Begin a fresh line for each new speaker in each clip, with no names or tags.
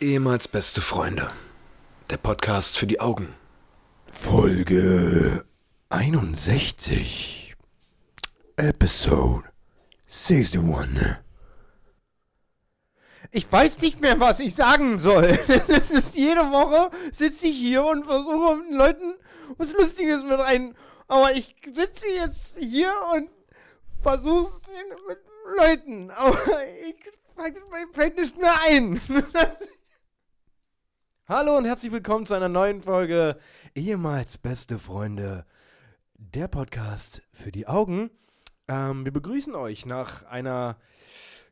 Ehemals beste Freunde. Der Podcast für die Augen.
Folge 61. Episode 61. Ich weiß nicht mehr, was ich sagen soll. Es ist jede Woche sitze ich hier und versuche den Leuten was Lustiges mit rein. Aber ich sitze jetzt hier und versuche es mit Leuten. Aber ich mir fällt nicht mehr ein. Hallo und herzlich willkommen zu einer neuen Folge Ehemals beste Freunde, der Podcast für die Augen. Ähm, wir begrüßen euch nach einer,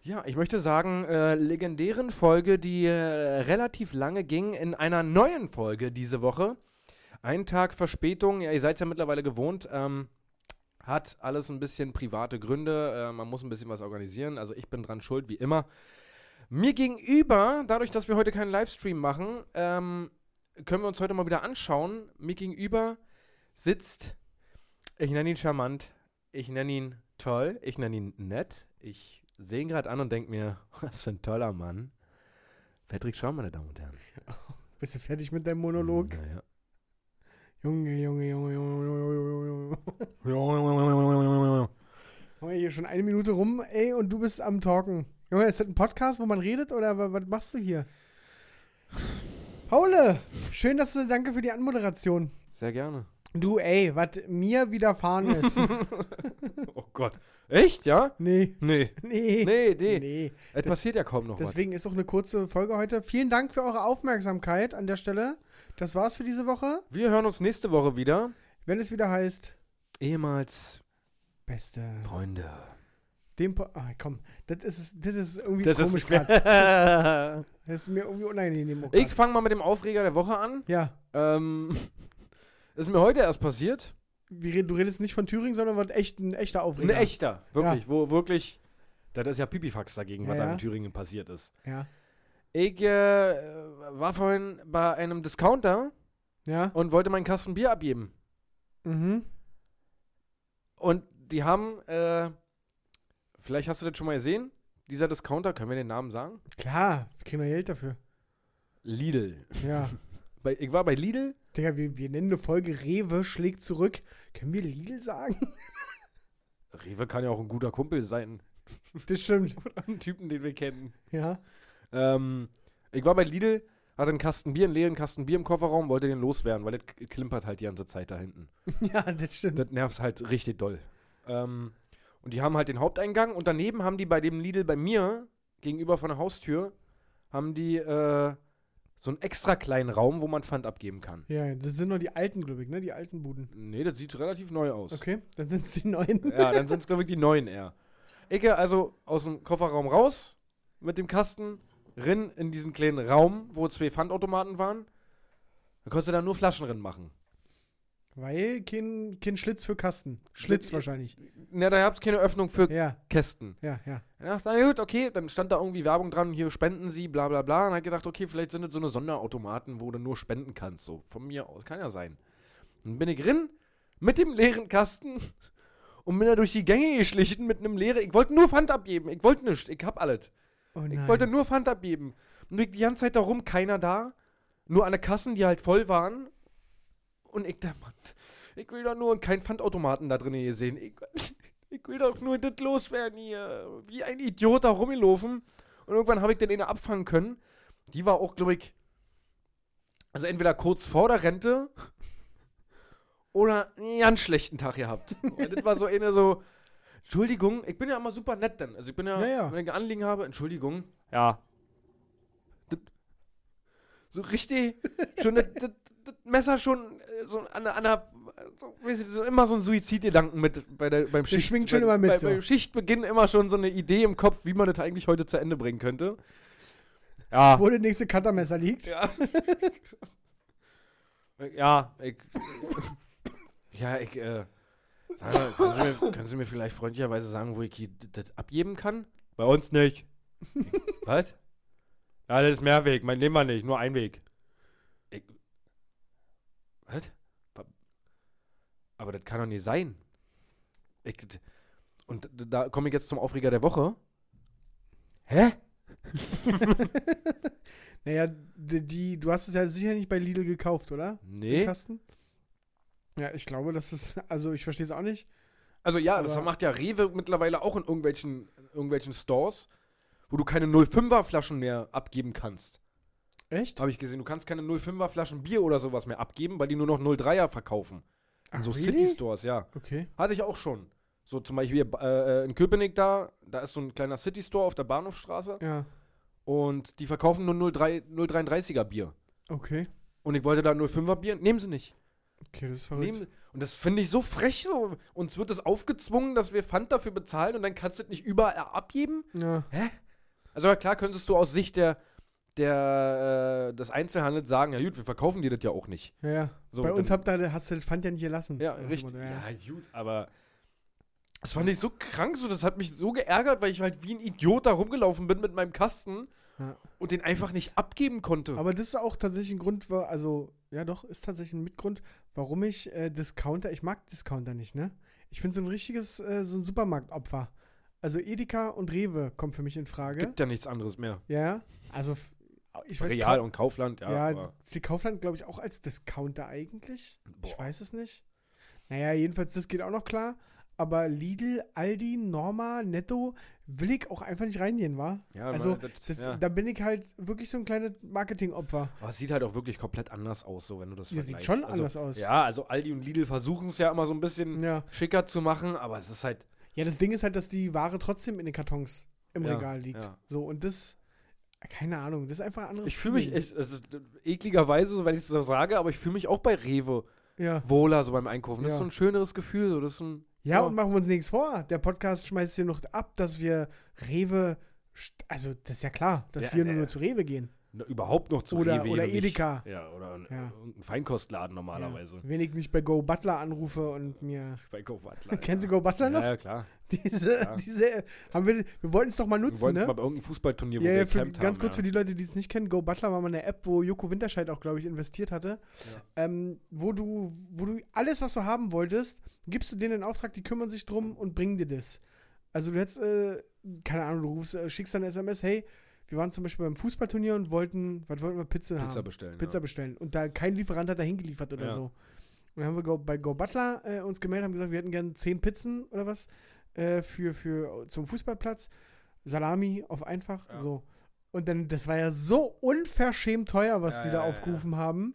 ja, ich möchte sagen, äh, legendären Folge, die äh, relativ lange ging, in einer neuen Folge diese Woche. Ein Tag Verspätung, ja, ihr seid ja mittlerweile gewohnt. Ähm, hat alles ein bisschen private Gründe. Äh, man muss ein bisschen was organisieren. Also ich bin dran schuld, wie immer. Mir gegenüber, dadurch, dass wir heute keinen Livestream machen, ähm, können wir uns heute mal wieder anschauen. Mir gegenüber sitzt, ich nenne ihn charmant, ich nenne ihn toll, ich nenne ihn nett. Ich sehe ihn gerade an und denke mir, was für ein toller Mann. Patrick Schau, meine Damen und Herren.
Bist du fertig mit deinem Monolog?
Naja.
Junge, Junge, Junge, Junge, Junge, Junge, Junge, Junge. Haben wir hier schon eine Minute rum, ey, und du bist am Talken. Junge, ist das ein Podcast, wo man redet, oder wa- was machst du hier? Paule, schön, dass du, danke für die Anmoderation.
Sehr gerne.
Du, ey, was mir widerfahren ist.
Oh Gott. Echt, ja?
nee,
Nee.
nee,
Nee, nee. Oh
nee.
Es
Das-
passiert ja kaum noch was.
Deswegen ist auch eine kurze Folge heute. Vielen Dank für eure Aufmerksamkeit an der Stelle. Das war's für diese Woche.
Wir hören uns nächste Woche wieder.
Wenn es wieder heißt,
Ehemals
beste
Freunde.
Dem po ah, komm, das ist, das ist irgendwie
Das ist
komisch grad. das,
schwer.
das ist mir irgendwie unangenehm. auch
Ich
grad.
fange mal mit dem Aufreger der Woche an.
ja,
Ähm, ist mir heute erst passiert.
wir, reden- du redest nicht von Thüringen, sondern von echt, ein echter
Ein
Aufreger.
echter, wirklich, wo wirklich. Das ist ja Pipifax dagegen, was
Ja,
da
ja.
in Thüringen passiert ist.
Ja,
Ich äh, war vorhin bei einem Discounter
ja,
und wollte meinen Kasten Bier abgeben.
mhm.
Und die haben, äh, vielleicht hast du das schon mal gesehen, dieser Discounter, können wir den Namen sagen?
Klar, wir kriegen ja Geld dafür.
Lidl.
Ja,
Bei, ich war bei Lidl
Digga, wir, wir nennen eine Folge Rewe schlägt zurück. Können wir Lidl sagen?
Rewe kann ja auch ein guter Kumpel sein.
Das stimmt.
Ein Typen, den wir kennen.
Ja,
Ähm, ich war bei Lidl, hatte einen Kasten Bier, einen leeren Kasten Bier im Kofferraum, wollte den loswerden, weil das k- klimpert halt die ganze Zeit da hinten.
ja, das stimmt.
Das nervt halt richtig doll. Ähm, und die haben halt den Haupteingang und daneben haben die bei dem Lidl bei mir, gegenüber von der Haustür, haben die äh, so einen extra kleinen Raum, wo man Pfand abgeben kann.
Ja, das sind nur die alten, glaube ich, ne? Die alten Buden.
Nee, das sieht relativ neu aus.
Okay, dann sind es die neuen.
Ja, dann sind es, glaube ich, die neuen eher. Ecke also aus dem Kofferraum raus mit dem Kasten, rin in diesen kleinen Raum, wo zwei Pfandautomaten waren. Da konntest du dann nur Flaschen drin machen.
Weil kein, kein Schlitz für Kasten. Schlitz
Ja.
wahrscheinlich.
Na, da gab's keine Öffnung für
Ja,
Kästen.
ja, ja.
Ich dachte, na gut, okay, dann stand da irgendwie Werbung dran, hier spenden sie, bla bla bla. Und hab gedacht, okay, vielleicht sind das so eine Sonderautomaten, wo du nur spenden kannst, so von mir aus, kann ja sein. Dann bin ich rin mit dem leeren Kasten und bin da durch die Gänge geschlichen mit einem leeren, ich wollte nur Pfand abgeben, ich wollte nichts, ich hab alles.
Oh
Ich
nein.
wollte nur Pfand abgeben. Und ich die ganze Zeit darum, keiner da. Nur an der Kassen, die halt voll waren. Und ich da, Mann, ich will doch nur und kein Pfandautomaten da drin hier sehen. Ich, ich will doch nur das loswerden hier. Wie ein Idiot da rumgelaufen. Und irgendwann habe ich den eine abfangen können. Die war auch, glaube ich, also entweder kurz vor der Rente oder einen ganz schlechten Tag gehabt. Und das war so eine so, Entschuldigung, ich bin ja immer super nett dann. Also ich bin ja,
Ja, ja.
wenn ich ein Anliegen habe, Entschuldigung. Ja. Das, so richtig, schon das, das, das Messer schon äh, so an der, an der so, weißt du, so immer so ein Suizidgedanken mit bei der, beim
Der
Schicht.
schwingt schon
bei,
immer mit,
Bei,
so.
Beim Schichtbeginn immer schon so eine Idee im Kopf, wie man das eigentlich heute zu Ende bringen könnte. Ja.
Wo das nächste Cuttermesser liegt.
Ja. ja, ich. ja, ich. Äh, sag mal, können, Sie mir, können Sie mir vielleicht freundlicherweise sagen, wo ich hier d- das abgeben kann? Bei uns nicht. Was? Ja, das ist Mehrweg. Mein nehmen wir nicht, nur Einweg. Ich, was? Wa- Aber das kann doch nicht sein. Ich, d- und d- da komme ich jetzt zum Aufreger der Woche. Hä?
Naja, die, die, du hast es ja sicher nicht bei Lidl gekauft, oder? Den
Nee.
Kasten? Ja, ich glaube, das ist, also ich verstehe es auch nicht.
Also ja, das
Aber-
macht ja Rewe mittlerweile auch in irgendwelchen, in irgendwelchen Stores, wo du keine 05er Flaschen mehr abgeben kannst.
Echt?
Habe ich gesehen, du kannst keine 05er Flaschen Bier oder sowas mehr abgeben, weil die nur noch 03er verkaufen. In
Ach,
so
really?
City Stores, ja.
Okay.
Hatte ich auch schon. So zum Beispiel hier, äh, in Köpenick da, da ist so ein kleiner City Store auf der Bahnhofstraße
Ja,
und die verkaufen nur 03, 033er Bier.
okay.
Und ich wollte da 05er Bier, nehmen sie nicht.
Okay, das ist verrückt.
Nehmen, und das finde ich so frech. So. Uns wird das aufgezwungen, dass wir Pfand dafür bezahlen und dann kannst du es nicht überall abgeben.
Ja.
Also ja, klar könntest du aus Sicht der, der, äh, des Einzelhandels sagen, ja gut, wir verkaufen dir das ja auch nicht.
Ja, ja.
So,
Bei uns
dann-
habt ihr, hast du das Pfand ja nicht gelassen.
Ja,
So nach dem
richtig.
Motto, Ja.
Ja, gut, aber das fand ich so krank, so das hat mich so geärgert, weil ich halt wie ein Idiot da rumgelaufen bin mit meinem Kasten
Ja.
und den einfach nicht abgeben konnte.
Aber das ist auch tatsächlich ein Grund, wa- also, ja doch, ist tatsächlich ein Mitgrund, warum ich äh, Discounter, ich mag Discounter nicht, ne? Ich bin so ein richtiges, äh, so ein Supermarktopfer. Also Edeka und Rewe kommen für mich in Frage.
Gibt ja nichts anderes mehr.
Ja, also f- ich weiß
Real
Ka-
und Kaufland, ja.
ja,
aber-
zählt Kaufland, glaube ich, auch als Discounter eigentlich. Ich
Boah.
weiß es nicht. Naja, jedenfalls, das geht auch noch klar. Aber Lidl, Aldi, Norma, Netto will ich auch einfach nicht reingehen, war.
ja
also,
man, das,
Das,
ja.
Da bin ich halt wirklich so ein kleines Marketingopfer.
Aber es sieht halt auch wirklich komplett anders aus, so wenn du das
Das sieht
vergleichst.
schon
also,
anders aus.
Ja, also Aldi und Lidl versuchen es ja immer so ein bisschen
ja.
schicker zu machen, aber es ist halt
Ja, das Ding ist halt, dass die Ware trotzdem in den Kartons im
Ja,
Regal liegt.
ja.
So, und das, keine Ahnung, das ist einfach ein anderes
Ich fühle mich
Feeling.
echt, also, ekligerweise, so wenn ich es so sage, aber ich fühle mich auch bei Rewe
Ja.
wohler so beim Einkaufen. Das
Ja.
ist so ein schöneres Gefühl. So. Das ist so ein,
ja,
Ja.
und machen wir uns nichts vor. Der Podcast schmeißt hier noch ab, dass wir Rewe, st- also das ist ja klar, dass
Ja,
wir
ne.
nur zu Rewe gehen.
na, überhaupt noch zu
Oder-
Rewe.
oder
wenn ich-
Edeka.
Ja, oder ein,
Ja.
irgendein Feinkostladen normalerweise.
Ja. Wenn ich nicht bei Go Butler anrufe und mir.
Bei Go Butler.
Kennst du Go Butler
ja.
noch?
Ja, ja, klar.
Diese,
ja.
diese, haben wir, wir wollten es doch mal
Wir
nutzen,
wollten
ne?
mal bei irgendeinem Fußballturnier, wo
Ja,
wir
ja, für,
gecampt
ganz
haben.
kurz
ja.
für die Leute, die es nicht kennen, Go Butler war mal eine App, wo Joko Winterscheid auch, glaube ich, investiert hatte, ähm, wo, du, wo du alles, was du haben wolltest, gibst du denen in Auftrag, die kümmern sich drum und bringen dir das. Also du hättest, äh, keine Ahnung, du rufst, äh, schickst dann eine SMS, hey, wir waren zum Beispiel beim Fußballturnier und wollten, was wollten wir, Pizza,
Pizza
haben,
bestellen.
Pizza bestellen. Und da kein Lieferant hat da hingeliefert oder
Ja.
so. Und dann haben wir Go, bei Go Butler äh, uns gemeldet, haben gesagt, wir hätten gerne 10 Pizzen oder was äh, für, für zum Fußballplatz. Salami auf einfach,
Ja.
so. Und dann, das war ja so unverschämt teuer, was
Ja,
die
ja,
da
ja,
aufgerufen haben.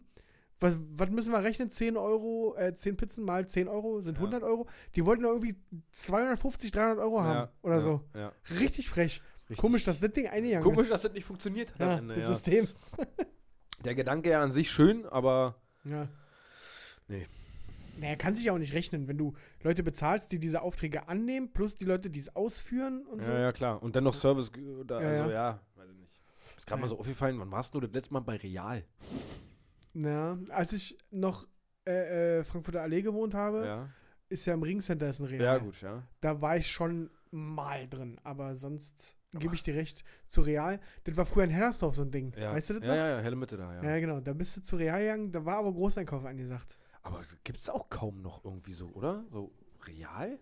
Was, was müssen wir rechnen? 10 Euro, äh, 10 Pizzen mal 10 Euro sind
Ja.
100 Euro. Die wollten doch irgendwie 250, 300 Euro
ja.
haben
Ja,
oder
ja,
so.
Ja.
Richtig frech.
Richtig.
Komisch, dass das Ding eingegangen
Komisch,
ist.
dass das nicht funktioniert hat
ja,
am Ende.
das
Ja.
System.
Der Gedanke ja an sich schön, aber
Ja.
Nee.
Naja, kann sich ja auch nicht rechnen, wenn du Leute bezahlst, die diese Aufträge annehmen, plus die Leute, die es ausführen und so.
Ja, ja, klar. Und dann noch Service. ge- Oder,
Ja,
also,
ja.
ja. weiß ich nicht. Ist gerade mal
Ja.
so aufgefallen, wann warst du das letzte Mal bei Real?
Na, als ich noch äh, äh, Frankfurter Allee gewohnt habe,
Ja,
ist ja im Ringcenter ist ein Real.
ja gut, ja.
Da war ich schon mal drin, aber sonst gebe ich dir recht zu Real. Das war früher in Hellersdorf so ein Ding.
ja.
Weißt du das
ja,
noch?
Ja, ja, helle Mitte da, ja.
Ja, genau. Da bist du zu Real gegangen, da war aber Großeinkauf angesagt.
Aber gibt es auch kaum noch irgendwie so, oder? So real?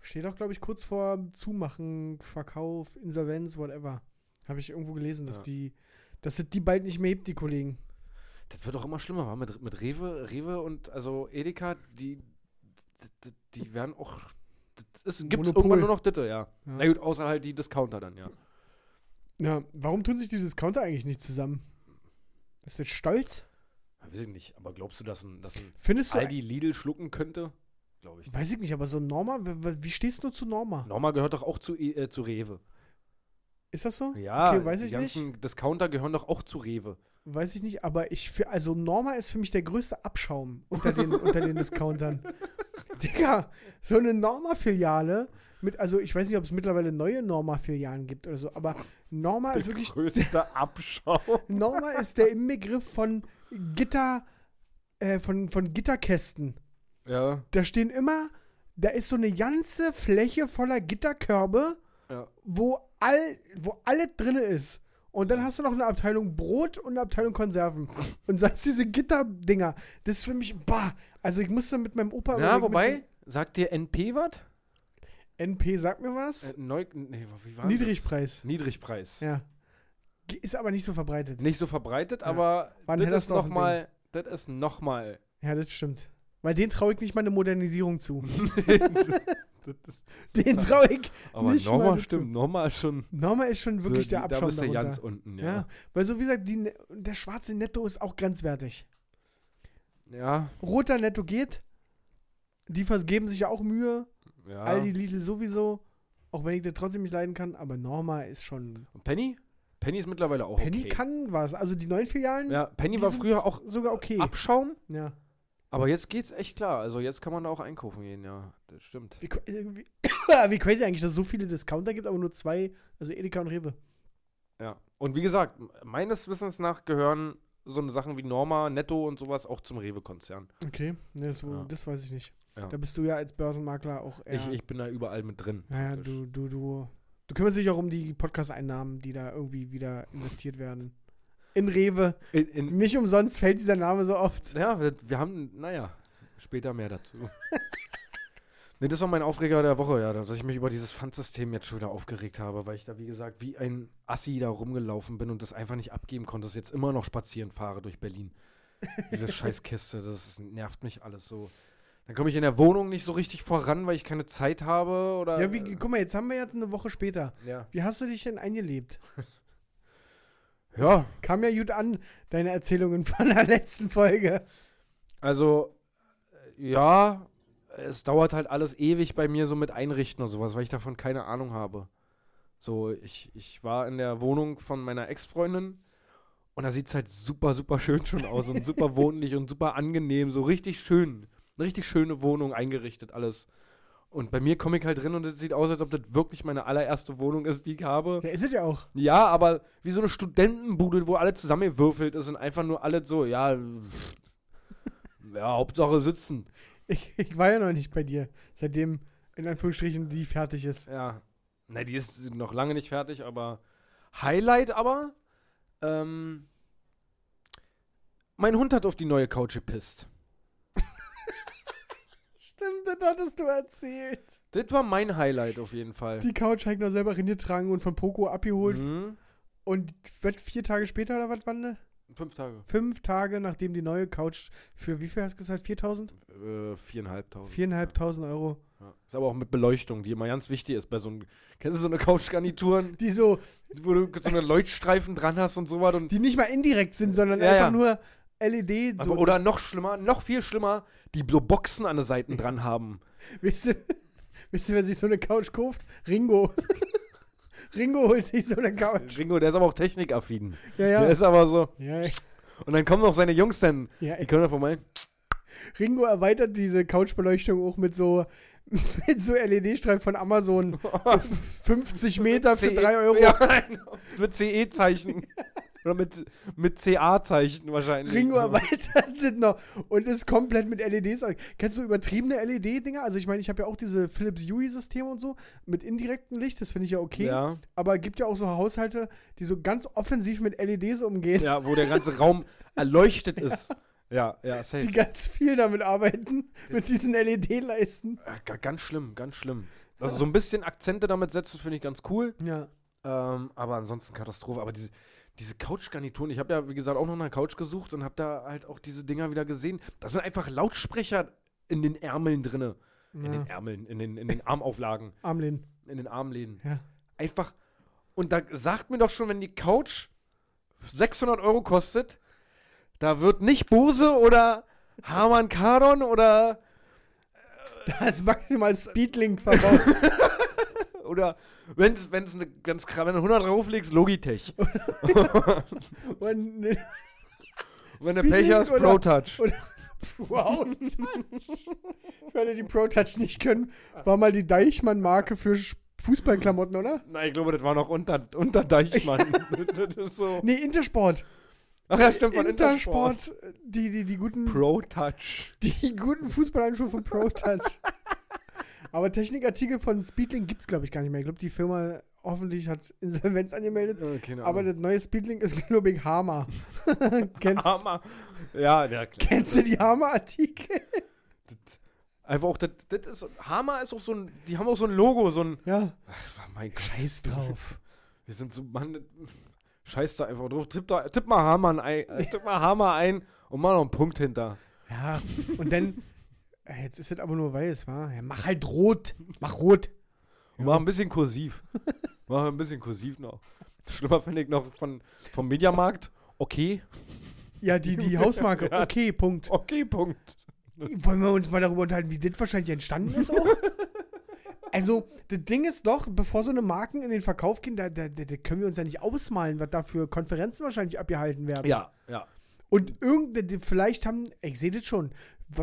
Steht auch, glaube ich, kurz vor Zumachen, Verkauf, Insolvenz, whatever. Habe ich irgendwo gelesen, dass
Ja.
die, dass es die bald nicht mehr hebt, die Kollegen.
Das wird auch immer schlimmer, war mit, mit Rewe, Rewe und also Edeka, die, die, die werden auch. Das ist- gibt's
Monopol.
irgendwann nur noch Ditte, ja.
Ja.
Na gut, außer halt die Discounter dann, ja.
Ja, warum tun sich die Discounter eigentlich nicht zusammen? Ist das stolz?
ja weiß ich nicht, aber glaubst du, dass ein, dass ein
Findest du.
Aldi Lidl schlucken könnte? Glaube ich. nicht.
Weiß ich nicht, aber so Norma, w- w- wie stehst du nur zu Norma?
Norma gehört doch auch zu, E- äh, zu Rewe.
Ist das so?
Ja,
Okay, weiß ich
die ganzen Discounter gehören doch auch zu Rewe.
Weiß ich nicht, aber ich für, also Norma ist für mich der größte Abschaum unter den, unter den Discountern. Digga, so eine Norma-Filiale mit, also ich weiß nicht, ob es mittlerweile neue Norma-Filialen gibt oder so, aber Norma Ah, ist wirklich
größte Abschau.
Norma ist der Inbegriff von Gitter, äh, von, von Gitterkästen.
Ja,
Da stehen immer, da ist so eine ganze Fläche voller Gitterkörbe,
ja.
wo all, wo alles drin ist. Und dann hast du noch eine Abteilung Brot und eine Abteilung Konserven. Und sonst diese Gitterdinger. Das ist für mich, bah. Also ich musste mit meinem Opa. immer-
Na,
mit
wobei, sagt dir NP was?
dem NP, sag mir was.
Äh, Neu, nee, wie war
Niedrigpreis.
Das? Niedrigpreis.
Ja. Ge- Ist aber nicht so verbreitet.
Nicht so verbreitet,
Ja.
aber
War ein
das ist
Hellersdorf ein
nochmal. Das ist nochmal.
Ja, das stimmt. Weil den traue ich nicht mal eine Modernisierung zu. Den traue ich.
aber
Nicht mal
nochmal
dazu.
stimmt, nochmal schon.
Norma ist schon wirklich
so,
der
die-
Abschaum
Da bist du
darunter.
ganz unten,
ja.
ja.
weil so wie gesagt, die, Ne- der schwarze Netto ist auch grenzwertig.
Ja,
Roter Netto geht. Die vergeben sich ja auch Mühe.
ja.
Aldi, Lidl sowieso. Auch wenn ich das trotzdem nicht leiden kann. Aber Norma ist schon.
Und Penny? Penny ist mittlerweile auch
Penny
okay.
kann was. Also die neuen Filialen
ja, Penny
die
war
sind
früher auch
sogar okay.
Abschaum,
Ja.
aber jetzt geht's echt klar. Also jetzt kann man da auch einkaufen gehen, ja. Das stimmt.
Wie, cra- äh, wie, wie crazy eigentlich, dass es so viele Discounter gibt, aber nur zwei, also Edeka und Rewe.
Ja. Und wie gesagt, m- meines Wissens nach gehören so eine Sachen wie Norma, Netto und sowas auch zum Rewe-Konzern.
Okay, ne, das,
Ja.
das weiß ich nicht.
Ja.
Da bist du ja als Börsenmakler auch eher.
Ich, ich bin da überall mit drin.
naja,
praktisch.
du, du, du. Du kümmerst dich auch um die Podcast-Einnahmen, die da irgendwie wieder investiert werden. In Rewe.
In, in,
Nicht umsonst fällt dieser Name so oft.
ja, wir, wir haben, naja, später mehr dazu. nee, das war mein Aufreger der Woche, ja, dass ich mich über dieses Pfandsystem jetzt schon wieder aufgeregt habe, weil ich da, wie gesagt, wie ein Assi da rumgelaufen bin und das einfach nicht abgeben konnte, dass ich jetzt immer noch spazieren fahre durch Berlin. Diese Scheißkiste, das ist, nervt mich alles so. Dann komme ich in der Wohnung nicht so richtig voran, weil ich keine Zeit habe oder. äh,
Ja, wie, guck mal, jetzt haben wir jetzt eine Woche später.
ja.
Wie hast du dich denn eingelebt?
ja,
Kam ja gut an, deine Erzählungen von der letzten Folge.
Also, äh, ja, es dauert halt alles ewig bei mir so mit Einrichten und sowas, weil ich davon keine Ahnung habe. So, ich, ich war in der Wohnung von meiner Ex-Freundin und da sieht es halt super, super schön schon aus und super wohnlich und super angenehm, so richtig schön. Eine richtig schöne Wohnung eingerichtet, alles. Und bei mir komme ich halt drin und es sieht aus, als ob das wirklich meine allererste Wohnung ist, die ich habe.
Ja, ist es ja auch.
Ja, aber wie so eine Studentenbude, wo alle zusammengewürfelt ist und einfach nur alle so, ja, pff, ja, Hauptsache sitzen.
Ich, ich war ja noch nicht bei dir, seitdem in Anführungsstrichen die fertig ist.
Ja. Na, die ist noch lange nicht fertig, aber Highlight aber, ähm, mein Hund hat auf die neue Couch gepisst.
Stimmt, das hattest du erzählt.
Das war mein Highlight auf jeden Fall.
Die Couch habe ich noch selber reingetragen und von Poco abgeholt.
Mhm.
Und wird vier Tage später oder was, Wande?
Fünf Tage.
Fünf Tage, nachdem die neue Couch für wie viel hast du gesagt? 4.000?
Äh, viereinhalbtausend.
4.500 Euro.
Ja. Ist aber auch mit Beleuchtung, die immer ganz wichtig ist bei so einem, kennst du so eine Couchgarnituren,
Die so,
wo du so eine Leuchtstreifen dran hast und sowas und
die nicht mal indirekt sind, sondern
Ja,
einfach
ja. Also
nur LED. So.
Aber, oder noch schlimmer, noch viel schlimmer, die so Boxen an den Seiten dran haben.
Wisst ihr, wisst ihr, wer sich so eine Couch kauft? Ringo. Ringo holt sich so eine Couch.
Ringo, der ist aber auch technikaffin.
Ja,
Der
ja.
ist aber so.
Ja,
Und dann kommen noch seine Jungs dann.
ja,
Die können da vorbei.
Ringo erweitert diese Couchbeleuchtung auch mit so, mit so LED-Streifen von Amazon. So 50 Meter für
CE
3 Euro.
E Ja, genau. mit CE-Zeichen. Oder mit, mit CA-Zeichen wahrscheinlich.
Ringo erweitert das noch und ist komplett mit LEDs. aus- Kennst du übertriebene LED-Dinger? Also ich meine, ich habe ja auch diese Philips Hue-Systeme und so mit indirektem Licht, das finde ich ja okay.
Ja.
Aber gibt ja auch so Haushalte, die so ganz offensiv mit LEDs umgehen,
ja, wo der ganze Raum erleuchtet ist. Ja, ja,
die
safe.
ganz viel damit arbeiten, mit diesen E LED-Leisten.
Äh, ga- Ganz schlimm, ganz schlimm. Also so ein bisschen Akzente damit setzen, finde ich ganz cool.
Ja.
Ähm, aber ansonsten Katastrophe. Aber diese, diese Couch-Garnituren, ich habe ja, wie gesagt, auch noch eine Couch gesucht und habe da halt auch diese Dinger wieder gesehen. Da sind einfach Lautsprecher in den Ärmeln drinne. In
ja.
den Ärmeln, in den, in den Armauflagen,
Armlehnen.
in den Armlehnen.
Ja.
Einfach. Und da sagt mir doch schon, wenn die Couch 600 Euro kostet, da wird nicht Bose oder Harman Kardon oder,
Da ist maximal Speedlink verbaut.
oder wenn es eine ganz krass, wenn du 100 drauflegst, Logitech.
und, ne-
Wenn du
Speedlink
Pech hast,
oder-
Pro Touch.
Wow, Für alle, die Pro Touch nicht können, war mal die Deichmann-Marke für Sch- Fußballklamotten, oder?
Nein, ich glaube, das war noch unter, unter Deichmann. das ist so.
Nee, Intersport.
Ach ja, stimmt, von Intersport.
Intersport, die, die, die guten,
Pro Touch.
die guten Fußballhandschuhe von Pro Touch. Aber Technikartikel von Speedlink gibt's, glaube ich, gar nicht mehr. Ich glaube, die Firma hoffentlich hat Insolvenz angemeldet.
Äh,
Aber das neue Speedlink ist, glaube ich, Hama. kennst,
Hammer. Ja, ja, klar.
kennst du die Hama-Artikel?
Das- Einfach auch, das, das ist, Hammer ist auch so ein, die haben auch so ein Logo, so ein,
Ja.
oh mein Gott,
Scheiß drauf.
wir sind so, Mann, das- Scheiß da einfach drauf. Tipp, da, tipp mal Hammer ein, äh, tipp mal Hammer ein und mach noch einen Punkt hinter.
Ja, und dann, äh, jetzt ist es aber nur weiß, wa? Ja, mach halt rot. Mach rot.
Und mach ein bisschen kursiv. mach ein bisschen kursiv noch. Schlimmer finde ich noch von, vom Mediamarkt. Okay,
Ja, die, die Hausmarke.
Ja.
Okay, Punkt.
okay, Punkt.
Wollen wir uns mal darüber unterhalten, wie das wahrscheinlich entstanden ist auch? Also, das Ding ist doch, bevor so eine Marken in den Verkauf gehen, da, da, da da können wir uns ja nicht ausmalen, was da für Konferenzen wahrscheinlich abgehalten werden.
Ja, ja.
Und irgendeine, vielleicht haben, ich sehe das schon,